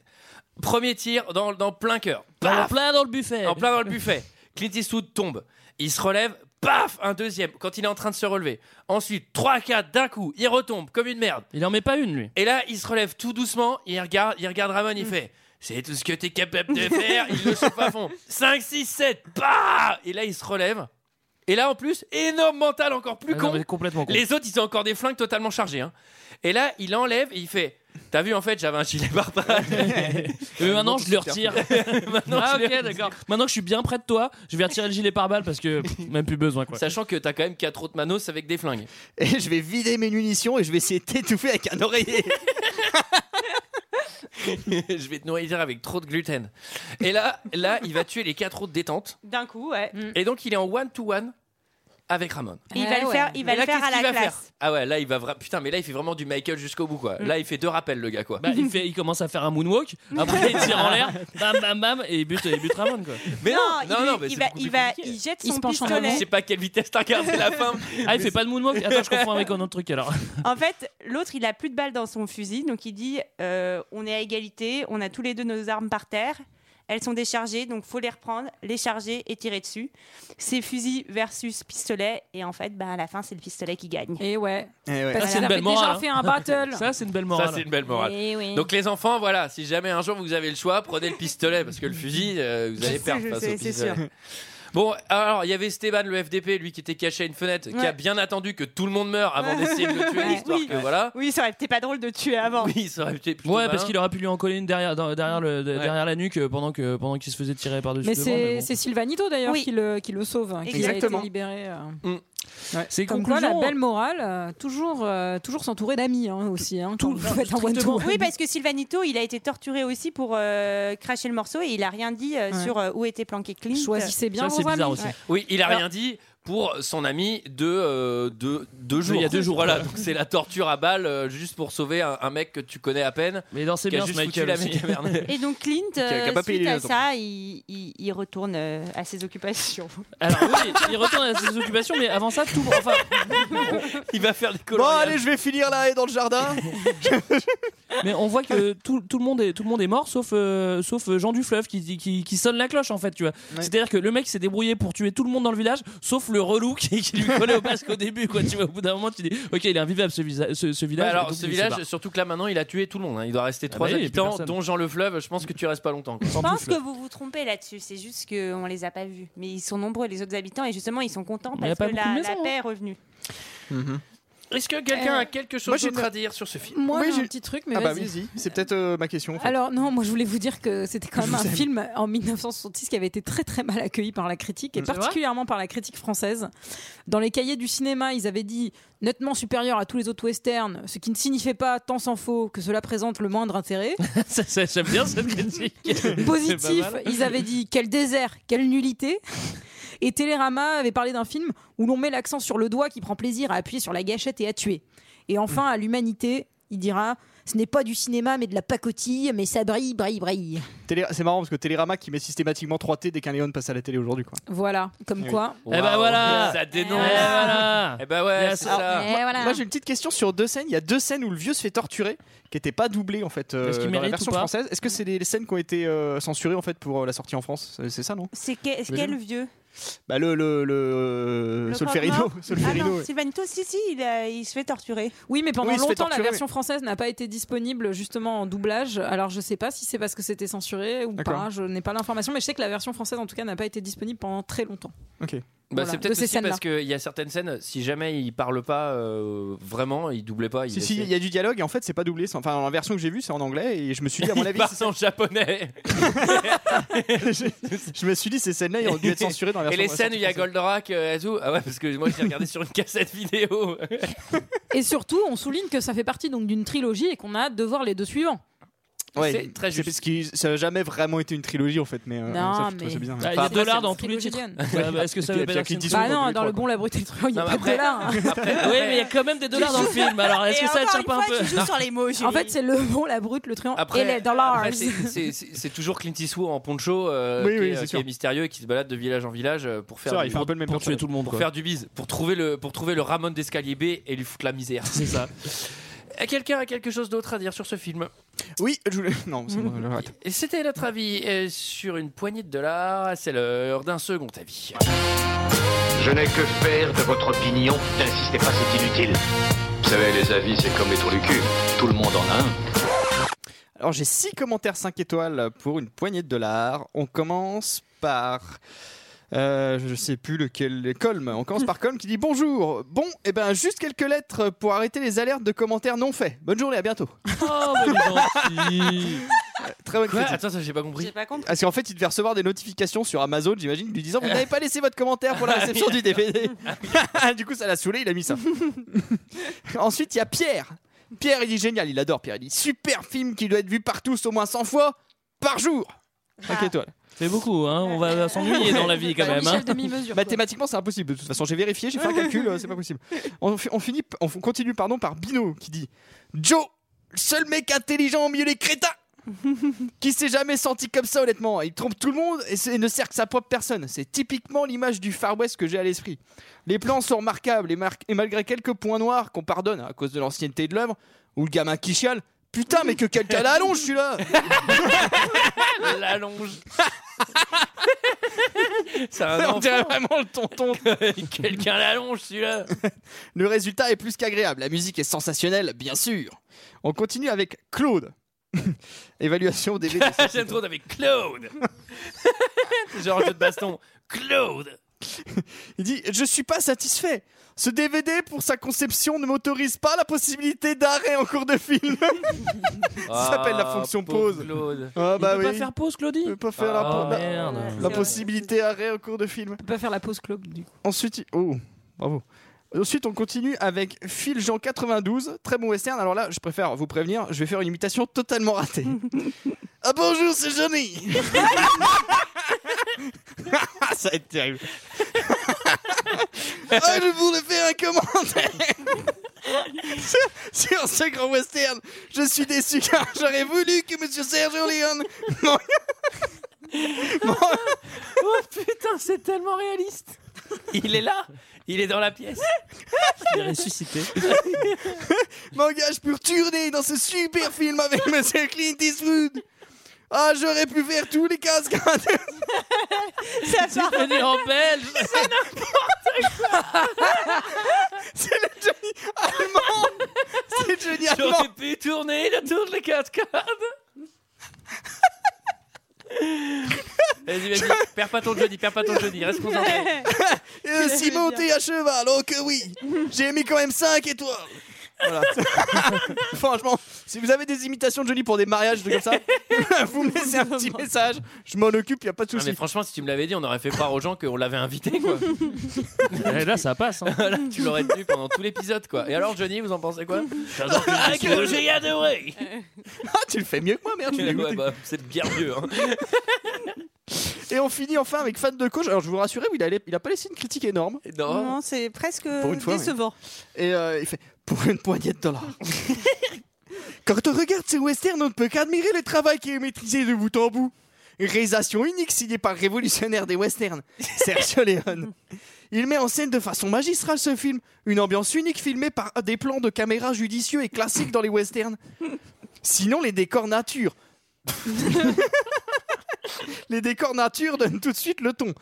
S7: Premier tir dans, dans plein cœur.
S10: En
S7: Paf
S10: plein dans le buffet.
S7: En plein dans le buffet. Clint Eastwood tombe. Il se relève. Paf Un deuxième. Quand il est en train de se relever. Ensuite, 3, 4, d'un coup. Il retombe comme une merde.
S10: Il en met pas une, lui. Mm.
S7: Et là, il se relève tout doucement. Il regarde, il regarde Ramon. Il fait C'est tout ce que t'es capable de faire. Il le chauffe à fond. 5, 6, 7. Paf Et là, il se relève. Et là, en plus, énorme mental, encore plus
S10: Ah
S7: con.
S10: non, mais complètement con.
S7: Les autres, ils ont encore des flingues totalement chargées. hein. Et là, il enlève et il fait T'as vu, en fait, j'avais un gilet [laughs] pare-balles.
S10: Mais Euh, maintenant, je le retire. [laughs]
S7: [laughs] Maintenant,
S10: ah,
S7: je le
S10: ok, d'accord. Maintenant que je suis bien près de toi, je vais retirer le gilet pare-balles parce
S7: [laughs]
S10: que pff, même plus besoin. Quoi.
S7: Sachant que t'as quand même quatre autres manos avec des flingues. [laughs]
S1: Et je vais vider mes munitions et je vais essayer de t'étouffer avec un oreiller.
S7: je vais te nourrir avec trop de gluten. Et là, là, il va tuer les quatre autres détentes.
S6: D'un coup, ouais.
S7: Et donc, il est en one-to-one avec Ramon.
S6: Et
S8: Eh
S6: Il va le faire, il va
S7: Et là,
S6: le faire
S7: qu'est-ce
S6: à la
S7: qu'il va faire
S6: classe.
S7: Ah ouais, là, il va vra- Putain, mais là, il fait vraiment du Michael jusqu'au bout, quoi.
S10: Mm.
S7: Là, il fait deux rappels, le gars, quoi.
S10: Bah, il, fait, il commence à faire un moonwalk, après il tire en l'air, bam bam bam, et il bute, il bute Ramon quoi.
S7: Mais non,
S6: non,
S7: non,
S6: il,
S7: non, mais
S6: il
S7: c'est
S6: va,
S7: beaucoup
S6: il
S7: plus
S6: va,
S7: compliqué.
S6: il jette
S7: Il
S6: son
S7: se penche en
S6: pistolet.
S7: avant. Ah, Je sais pas à quelle vitesse t'as regardé la
S10: [laughs]
S7: fin.
S10: Ah, il fait pas de moonwalk Attends, je confonds avec un autre truc alors.
S6: En fait, l'autre, il a plus de balles dans son fusil, donc il dit euh, on est à égalité, on a tous les deux nos armes par terre, elles sont déchargées, donc faut les reprendre, les charger et tirer dessus. C'est fusil versus pistolet, et en fait, bah, à la fin, c'est le pistolet qui gagne.
S8: Et ouais.
S1: Eh ouais.
S10: Ah,
S8: Parce qu'il avait déjà
S10: [laughs]
S8: fait un battle.
S10: hein. Ça, c'est une belle
S7: Ça,
S10: morale.
S7: c'est une belle morale.
S8: Eh oui.
S7: Donc, les enfants, voilà, si jamais un jour vous avez le choix, prenez le pistolet, parce que le fusil, euh, vous
S6: Je
S7: allez
S6: sais,
S7: perdre
S6: je
S7: face
S6: sais,
S7: au
S6: c'est
S7: pistolet.
S6: sûr.
S7: Bon, alors, il y avait Esteban, le FDP, lui qui était caché à une fenêtre, qui
S6: Ouais.
S7: a bien attendu que tout le monde meure avant
S6: Ouais.
S7: d'essayer de le tuer,
S6: Ouais.
S7: histoire
S6: Oui.
S7: que voilà.
S6: Oui, ça aurait été pas drôle de tuer avant.
S7: Oui, ça aurait été plutôt
S10: Ouais, parce
S7: malin.
S10: qu'il aurait pu lui en coller une derrière, dans- derrière, le, de- derrière la nuque euh, pendant que pendant qu'il se faisait tirer par-dessus.
S8: Mais
S10: devant,
S8: c'est
S10: Euh, bon.
S8: c'est Sylvanito d'ailleurs
S6: Oui.
S8: qui, le, qui le sauve, hein, qui a
S1: Exactement. Mm.
S8: été libéré. euh.
S10: C'est
S8: Comme quoi,
S10: conclusion.
S8: la belle morale, euh, toujours, euh, toujours s'entourer d'amis hein, aussi. Hein, quand vous faites un
S6: Strictement.
S8: one-to-one.
S6: Oui, parce que Sylvanito, il a été torturé aussi pour euh, cracher le morceau et il a rien dit euh,
S8: Ouais.
S6: sur euh, où était planqué Clint.
S8: Choisissez bien
S10: Ça, c'est
S8: vos
S10: bizarre
S8: amis.
S10: aussi.
S7: Oui, il a
S10: Alors-
S7: rien dit pour son ami de, euh, de deux jours.
S10: Il y a deux jours.
S7: Voilà, donc c'est la torture à balles euh, juste pour sauver un, un mec que tu connais à peine.
S10: Mais dans ses
S7: Qui a
S10: biens,
S7: juste foutu
S10: Michael.
S7: la
S10: aussi. [laughs]
S7: mécaverne.
S6: Et donc Clint,
S1: a
S6: euh,
S1: pas payé
S6: suite
S1: les
S6: à
S1: leçons.
S6: ça, il, il- il retourne euh, à ses occupations. [laughs]
S10: Alors oui, il retourne à ses occupations, mais avant ça, tout. Enfin,
S7: Il va faire des
S1: Bon,
S7: coloniales.
S1: allez, je vais finir là et dans le [laughs] jardin.
S10: mais on voit que tout, tout le monde est tout le monde est mort, sauf euh, sauf euh, Jean du fleuve qui, qui qui sonne la cloche en fait, tu vois.
S1: Ouais.
S10: C'est-à-dire que le mec s'est débrouillé pour tuer tout le monde dans le village, sauf le relou qui, qui lui collait au basque au début, quoi. Tu vois, au bout d'un moment, tu dis, ok, il est invivable ce, visa- ce, ce village. Et
S7: Bah alors,
S10: donc,
S7: ce
S10: il se barre.
S7: village, surtout que là maintenant, il a tué tout le monde. hein. Il doit rester
S10: Ah
S7: trois
S10: bah oui, il y a plus
S7: habitants,
S10: personne.
S7: dont Jean le fleuve. Je pense que tu restes pas longtemps. quoi.
S6: Je pense
S10: Pantoufle.
S6: que vous vous trompez là-dessus. C'est juste qu'on les a pas vus, mais ils sont nombreux les autres habitants et justement ils sont contents
S10: Mais y a
S6: parce
S10: pas
S6: que
S10: beaucoup
S6: la,
S10: de
S6: la
S10: maisons,
S6: paix est revenue.
S7: Est-ce que quelqu'un a quelque
S1: Euh, moi,
S7: chose
S1: j'ai
S7: d'autre
S1: une-
S7: à dire sur ce film
S8: Moi,
S1: Oui,
S8: j'ai un
S1: j'ai-
S8: petit truc, mais
S1: ah bah
S8: vas-y.
S1: vas-y, c'est peut-être euh, ma question. en fait.
S8: Alors non, moi je voulais vous dire que c'était quand
S1: Je
S8: même un
S1: vous aime.
S8: film en 1966 qui avait été très très mal accueilli par la critique et
S1: Mm.
S10: C'est vrai
S8: particulièrement par la critique française. Dans les cahiers du cinéma, ils avaient dit nettement supérieur à tous les autres westerns, ce qui ne signifiait pas tant s'en faut que cela présente le moindre intérêt.
S10: [laughs] Ça, ça, J'aime bien cette critique. C'est
S8: Positif,
S10: pas mal.
S8: ils avaient dit quel désert, quelle nullité. Et Télérama avait parlé d'un film où l'on met l'accent sur le doigt qui prend plaisir à appuyer sur la gâchette et à tuer. Et enfin, à l'humanité, il dira ce n'est pas du cinéma mais de la pacotille, mais ça brille, brille, brille.
S1: Télé- C'est marrant parce que Télérama qui met systématiquement 3T dès qu'un Léon passe à la télé aujourd'hui. quoi.
S8: Voilà, comme
S1: Oui.
S8: quoi.
S10: Eh ben
S7: Waouh,
S10: voilà.
S7: Ça dénonce.
S10: Eh voilà.
S7: Eh ben ouais,
S10: Yes.
S7: c'est ça.
S8: Et voilà.
S1: Moi j'ai une petite question sur deux scènes. Il y a deux scènes où le vieux se fait torturer qui n'étaient pas doublées en fait euh,
S10: Est-ce qu'il
S1: dans la
S10: mérite
S1: version
S10: ou pas
S1: française. Est-ce que c'est des les scènes qui ont été euh, censurées en fait pour euh, la sortie en France C'est- C'est ça non
S6: C'est que-
S1: Mais
S6: quel vieux
S1: Bah le le euh, le,
S6: Le
S1: Solferino. [laughs]
S6: croque-mort Ah
S1: Solferino,
S6: non,
S1: ouais.
S6: Sylvanito, si si, il, a- il se fait torturer.
S8: Oui, mais pendant
S1: Oui, il se fait
S8: longtemps, la
S1: torturer,
S8: version française n'a pas été disponible justement en doublage. Alors, je sais pas si c'est parce que c'était censuré ou
S1: D'accord.
S8: pas. Je n'ai pas l'information, mais je sais que la version française, en tout cas, n'a pas été disponible pendant très longtemps.
S7: Bah,
S8: Voilà,
S7: c'est
S8: de
S7: peut-être
S8: ces
S7: aussi
S8: scènes-là.
S7: parce qu'il y a certaines scènes, si jamais il parle pas euh, vraiment, il doublait pas. Il
S1: Si si,
S7: laissait-
S1: il y a du dialogue et en fait c'est pas doublé. C'est- Enfin la version que j'ai vue c'est en anglais et je me suis dit à mon
S7: [laughs] Il
S1: avis.
S7: parle en japonais.
S1: je, je me suis dit ces scènes-là ils ont dû être censurées dans la
S7: Et
S1: version.
S7: les scènes où il y a Goldorak euh, et tout Ah ouais, parce que moi j'ai regardé sur une cassette vidéo.
S8: Et surtout, on souligne que ça fait partie donc d'une trilogie et qu'on a hâte de voir les deux suivants.
S1: Ouais,
S7: C'est très
S1: c'est parce
S7: juste.
S1: que ça n'a jamais vraiment été une trilogie en fait, mais euh,
S8: Non,
S1: ça, je trouve
S8: mais-
S1: ça bien.
S8: Ah, il y a
S1: Enfin,
S8: Dollard
S1: c'est-
S8: dans tous les titres.
S7: bah,
S1: Ouais.
S10: Est-ce que ça
S1: Et
S10: veut
S1: puis,
S10: bien
S1: Clint
S10: dire
S1: Eastwood
S8: Bah
S1: dans tous
S8: non,
S1: les
S8: dans
S1: trois,
S8: le bon, la brute et le truand, il n'y a
S7: Non,
S8: pas
S7: mais
S8: de
S7: après-
S8: dollars. hein.
S7: Oui, mais il y a quand même des dollars dans le film. Alors, Ah, est-ce
S6: Et
S7: que ça
S6: encore
S7: tire
S6: une
S7: pas un
S6: fois,
S7: peu
S6: tu joues sur les mots,
S8: En
S6: Julie.
S8: fait, c'est le bon, la brute, le truand et les dollars.
S7: après, c'est- c'est- c'est c'est toujours Clint Eastwood en poncho euh,
S1: Oui,
S7: qui,
S1: oui,
S7: est,
S1: c'est
S7: qui
S1: sûr.
S7: est mystérieux et qui se balade de village en village euh, pour faire
S1: C'est vrai,
S7: du-
S1: il fait un peu le même
S7: pour tuer
S1: personnage.
S7: tout le monde, pour
S1: quoi.
S7: faire du bise, pour trouver le pour trouver le Ramon d'escalier B et lui foutre la misère. C'est ça. Euh, Quelqu'un a quelque chose d'autre à dire sur ce film
S1: Oui, je voulais. [laughs] Non, c'est bon,
S7: [laughs]
S1: j'arrête.
S7: Et C'était notre avis euh, sur une poignée de dollars. C'est l'heure d'un second avis.
S9: Je n'ai que faire de votre opinion. N'insistez pas, c'est inutile. Vous savez, les avis, c'est comme les trous du cul. Tout le monde en a un.
S1: Alors j'ai 6 commentaires 5 étoiles pour une poignée de dollars. On commence par... euh, je sais plus lequel, Colm. On commence par Colm qui dit bonjour. Bon, et ben juste quelques lettres pour arrêter les alertes de commentaires non faits. Bonne journée, à bientôt.
S7: Oh, mais gentil
S1: Très bonne
S7: [laughs] Quoi
S1: critique.
S7: Attends, ça, j'ai pas compris.
S6: J'ai pas compris.
S1: Parce qu'en Ah, fait, il devait recevoir des notifications sur Amazon, j'imagine, lui disant vous n'avez pas laissé votre commentaire pour la réception du DVD. [laughs] du coup, ça l'a saoulé, il a mis ça. [laughs] Ensuite, il y a Pierre. Pierre, il dit génial, il adore Pierre. Il dit super film qui doit être vu par tous au moins 100 fois par jour. Cinq
S6: Ah.
S1: étoiles.
S10: C'est beaucoup, hein. On va s'ennuyer dans la vie quand
S7: Bah,
S10: même. hein.
S8: Michel demi-mesure. quoi.
S1: [laughs] Mathématiquement, c'est impossible. De toute façon, j'ai vérifié, j'ai fait un calcul, euh, c'est pas possible. On, fi- on finit, p- on f- continue pardon par Bino qui dit Joe, le seul mec intelligent au milieu des crétins. qui s'est jamais senti comme ça honnêtement Il trompe tout le monde et, c'est- ne sert que sa propre personne. C'est typiquement l'image du Far West que j'ai à l'esprit. Les plans sont remarquables et, mar- et malgré quelques points noirs qu'on pardonne à cause de l'ancienneté de l'œuvre ou le gamin qui chiale. Putain, mais que quelqu'un la allonge, je suis là
S7: L'allonge. C'est un
S1: On
S7: enfant.
S1: dirait vraiment le tonton
S7: [laughs] Quelqu'un l'allonge, [laughs] celui-là.
S1: Le résultat est plus qu'agréable. La musique est sensationnelle, bien sûr. On continue avec Claude. [laughs] Évaluation des
S10: [laughs]
S1: BD.
S7: J'aime Ah, trop avec Claude. C'est [laughs] Genre un jeu de baston. Claude.
S1: Il dit Je suis pas satisfait. Ce DVD, pour sa conception, ne m'autorise pas la possibilité d'arrêt en cours de
S10: [laughs]
S1: film. Ça s'appelle la fonction pause.
S7: Claude.
S1: Ah
S10: Il peut pas faire pause, Claudie
S1: Je peux pas faire la,
S10: bah
S1: la-
S10: Ah, merde.
S1: la
S6: C'est vrai.
S1: possibilité arrêt en cours de film.
S8: On peut pas faire la pause club du coup.
S1: Ensuite, il- oh, bravo. Ensuite, on continue avec Phil Jean 92, très bon western. Alors là, je préfère vous prévenir, je vais faire une imitation totalement [laughs] ratée. ah bonjour, c'est Johnny. [laughs] Ça va être terrible. [laughs] ah, je voulais faire un commentaire sur, sur ce grand western. Je suis déçu car j'aurais voulu que Monsieur Serge Leone m'en- [laughs] m'en-
S7: Oh putain, c'est tellement réaliste. Il est là. Il est dans la
S1: [laughs]
S7: pièce.
S10: Il est ressuscité.
S1: m'engage pour tourner dans ce super film avec Monsieur Clint Eastwood. Ah, j'aurais pu faire tous les [laughs] cascades.
S6: Ça part.
S7: Venir en
S1: [laughs]
S7: belge.
S1: C'est le Johnny allemand. C'est Johnny allemand.
S7: J'aurais pu tourner le tour des cascades.
S1: [laughs]
S7: Vas-y, vas-y, perds pas ton jeudi, perds pas ton jeudi, reste
S1: [laughs]
S7: concentré.
S1: Euh, si
S6: bien.
S1: monter à cheval, oh que oui. J'ai mis quand même 5 étoiles. Voilà. [laughs] Franchement, si vous avez des imitations de Johnny pour des mariages de comme ça, [laughs] vous me laissez un petit message. Je m'en occupe, y a pas de
S7: Non, Ah, mais
S1: souci.
S7: franchement, si tu me l'avais dit, on aurait fait croire aux gens qu'on l'avait invité, quoi.
S10: [laughs] Et là, ça passe. hein.
S7: [laughs] Voilà, tu l'aurais tenu pendant tout l'épisode, quoi. Et alors, Johnny, vous en pensez quoi Ah, que j'ai adoré
S1: Ah, tu le fais mieux que moi, merde. je l'ai
S7: [laughs] Ouais,
S1: goûté.
S7: bah, C'est bien mieux. hein.
S1: Et on finit enfin avec fan de coach. Alors je vous rassure, il a, il a pas laissé une critique énorme.
S7: Non.
S6: Non, c'est presque
S1: une fois,
S6: décevant.
S1: Et euh, il fait pour une poignée de dollars. Quand on regarde ces westerns, on ne peut qu'admirer le travail qui est maîtrisé de bout en bout. Une réalisation unique signée par le révolutionnaire des westerns, Sergio Leone. Il met en scène de façon magistrale ce film, une ambiance unique filmée par des plans de caméra judicieux et classiques dans les westerns. Sinon, les décors nature. les décors nature donnent tout de suite le ton.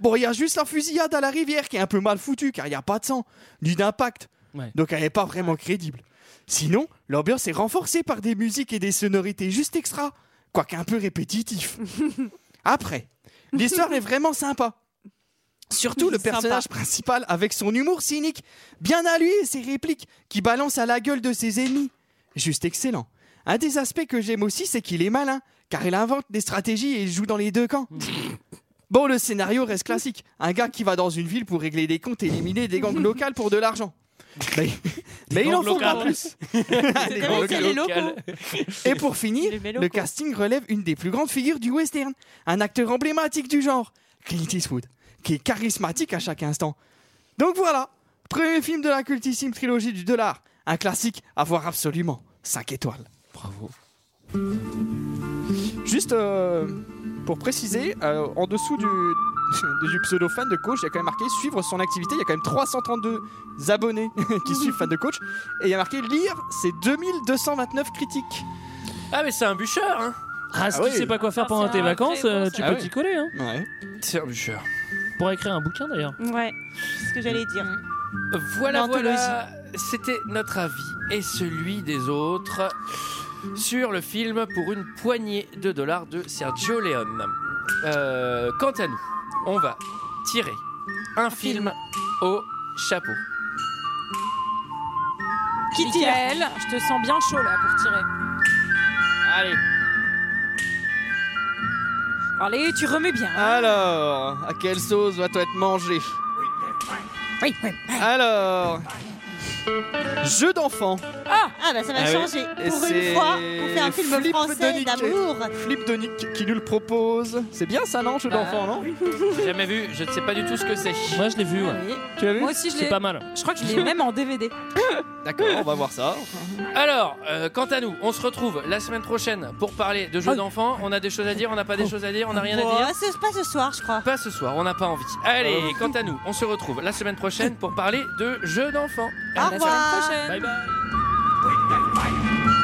S1: Bon, il y a juste la fusillade à la rivière qui est un peu mal foutue car il n'y a pas de sang, ni d'impact.
S10: Ouais.
S1: Donc elle n'est pas vraiment crédible. Sinon, l'ambiance est renforcée par des musiques et des sonorités juste extra, quoique un peu répétitif. Après, l'histoire est vraiment sympa. Surtout le
S6: Sympa.
S1: personnage principal avec son humour cynique, bien à lui et ses répliques qui balancent à la gueule de ses ennemis. Juste excellent. Un des aspects que j'aime aussi, c'est qu'il est malin, car il invente des stratégies et il joue dans les deux camps. Bon, le scénario reste classique. Un gars qui va dans une ville pour régler des comptes et éliminer des gangs locales pour de l'argent. Mais, mais il en faut
S7: banques
S1: pas
S7: locales.
S1: plus.
S7: Des
S1: Des
S7: banques
S1: banques
S7: locales.
S1: locales. Et pour finir, le casting relève une des plus grandes figures du western, un acteur emblématique du genre, Clint Eastwood, qui est charismatique à chaque instant. Donc voilà, premier film de la cultissime trilogie du dollar, un classique à voir absolument, 5 étoiles.
S7: Bravo.
S1: Juste euh, pour préciser, euh, en dessous du, [laughs] du pseudo fan de coach, il y a quand même marqué suivre son activité. Il y a quand même 332 abonnés [laughs] qui suivent fan de coach. Et il y a marqué lire ses 2229 critiques.
S7: Ah, mais c'est un bûcheur, hein
S10: Ah, si
S1: Ah
S10: tu
S1: oui.
S10: sais pas quoi faire
S1: Ah,
S10: pendant
S1: c'est
S10: tes
S1: un
S10: vacances,
S1: très
S10: euh,
S1: bon
S10: tu
S1: savoir.
S10: peux t'y coller. Hein.
S1: Ouais.
S7: C'est un bûcheur.
S10: Pour écrire un bouquin d'ailleurs.
S6: Ouais, c'est ce que j'allais dire.
S8: Mm.
S7: Voilà,
S6: L'anthologie.
S7: voilà. C'était notre avis et celui des autres sur le film pour une poignée de dollars de Sergio Leone. Euh, quant à nous, on va tirer un film au chapeau.
S8: Kitty Michael, je te sens bien chaud là pour tirer.
S7: Allez.
S8: Allez, tu remets
S1: Mmh.
S8: bien.
S1: Alors, à quelle sauce doit-on être mangé
S8: Oui, oui.
S1: Alors, jeu d'enfant.
S12: Ah, bah ça va
S1: Ah oui.
S12: changer.
S1: Et
S12: Pour
S1: c'est
S12: une fois, on fait un film
S1: Flip
S12: français
S1: Donic.
S12: d'amour.
S1: Flip Donic qui nous le propose. C'est bien ça, non, jeu d'enfant, non
S7: J'ai jamais vu, je ne sais pas du tout ce que c'est.
S10: Moi je l'ai vu, ouais.
S1: Tu l'as vu
S8: Moi aussi, je l'ai.
S10: C'est pas mal.
S8: Je crois que je l'ai même en DVD.
S1: D'accord, on va voir ça.
S7: Alors, euh, quant à nous, on se retrouve la semaine prochaine pour parler de
S10: Ah
S7: jeux d'enfants. On a des choses à dire, on n'a pas
S10: Oh.
S7: des choses à dire, on n'a rien à
S12: Bon,
S7: dire.
S12: c'est pas ce soir, je crois.
S7: Pas ce soir, on n'a pas envie. Allez, quant à nous, on se retrouve la semaine prochaine pour parler de jeux d'enfants.
S12: Au revoir.
S7: Bye bye.
S11: Bye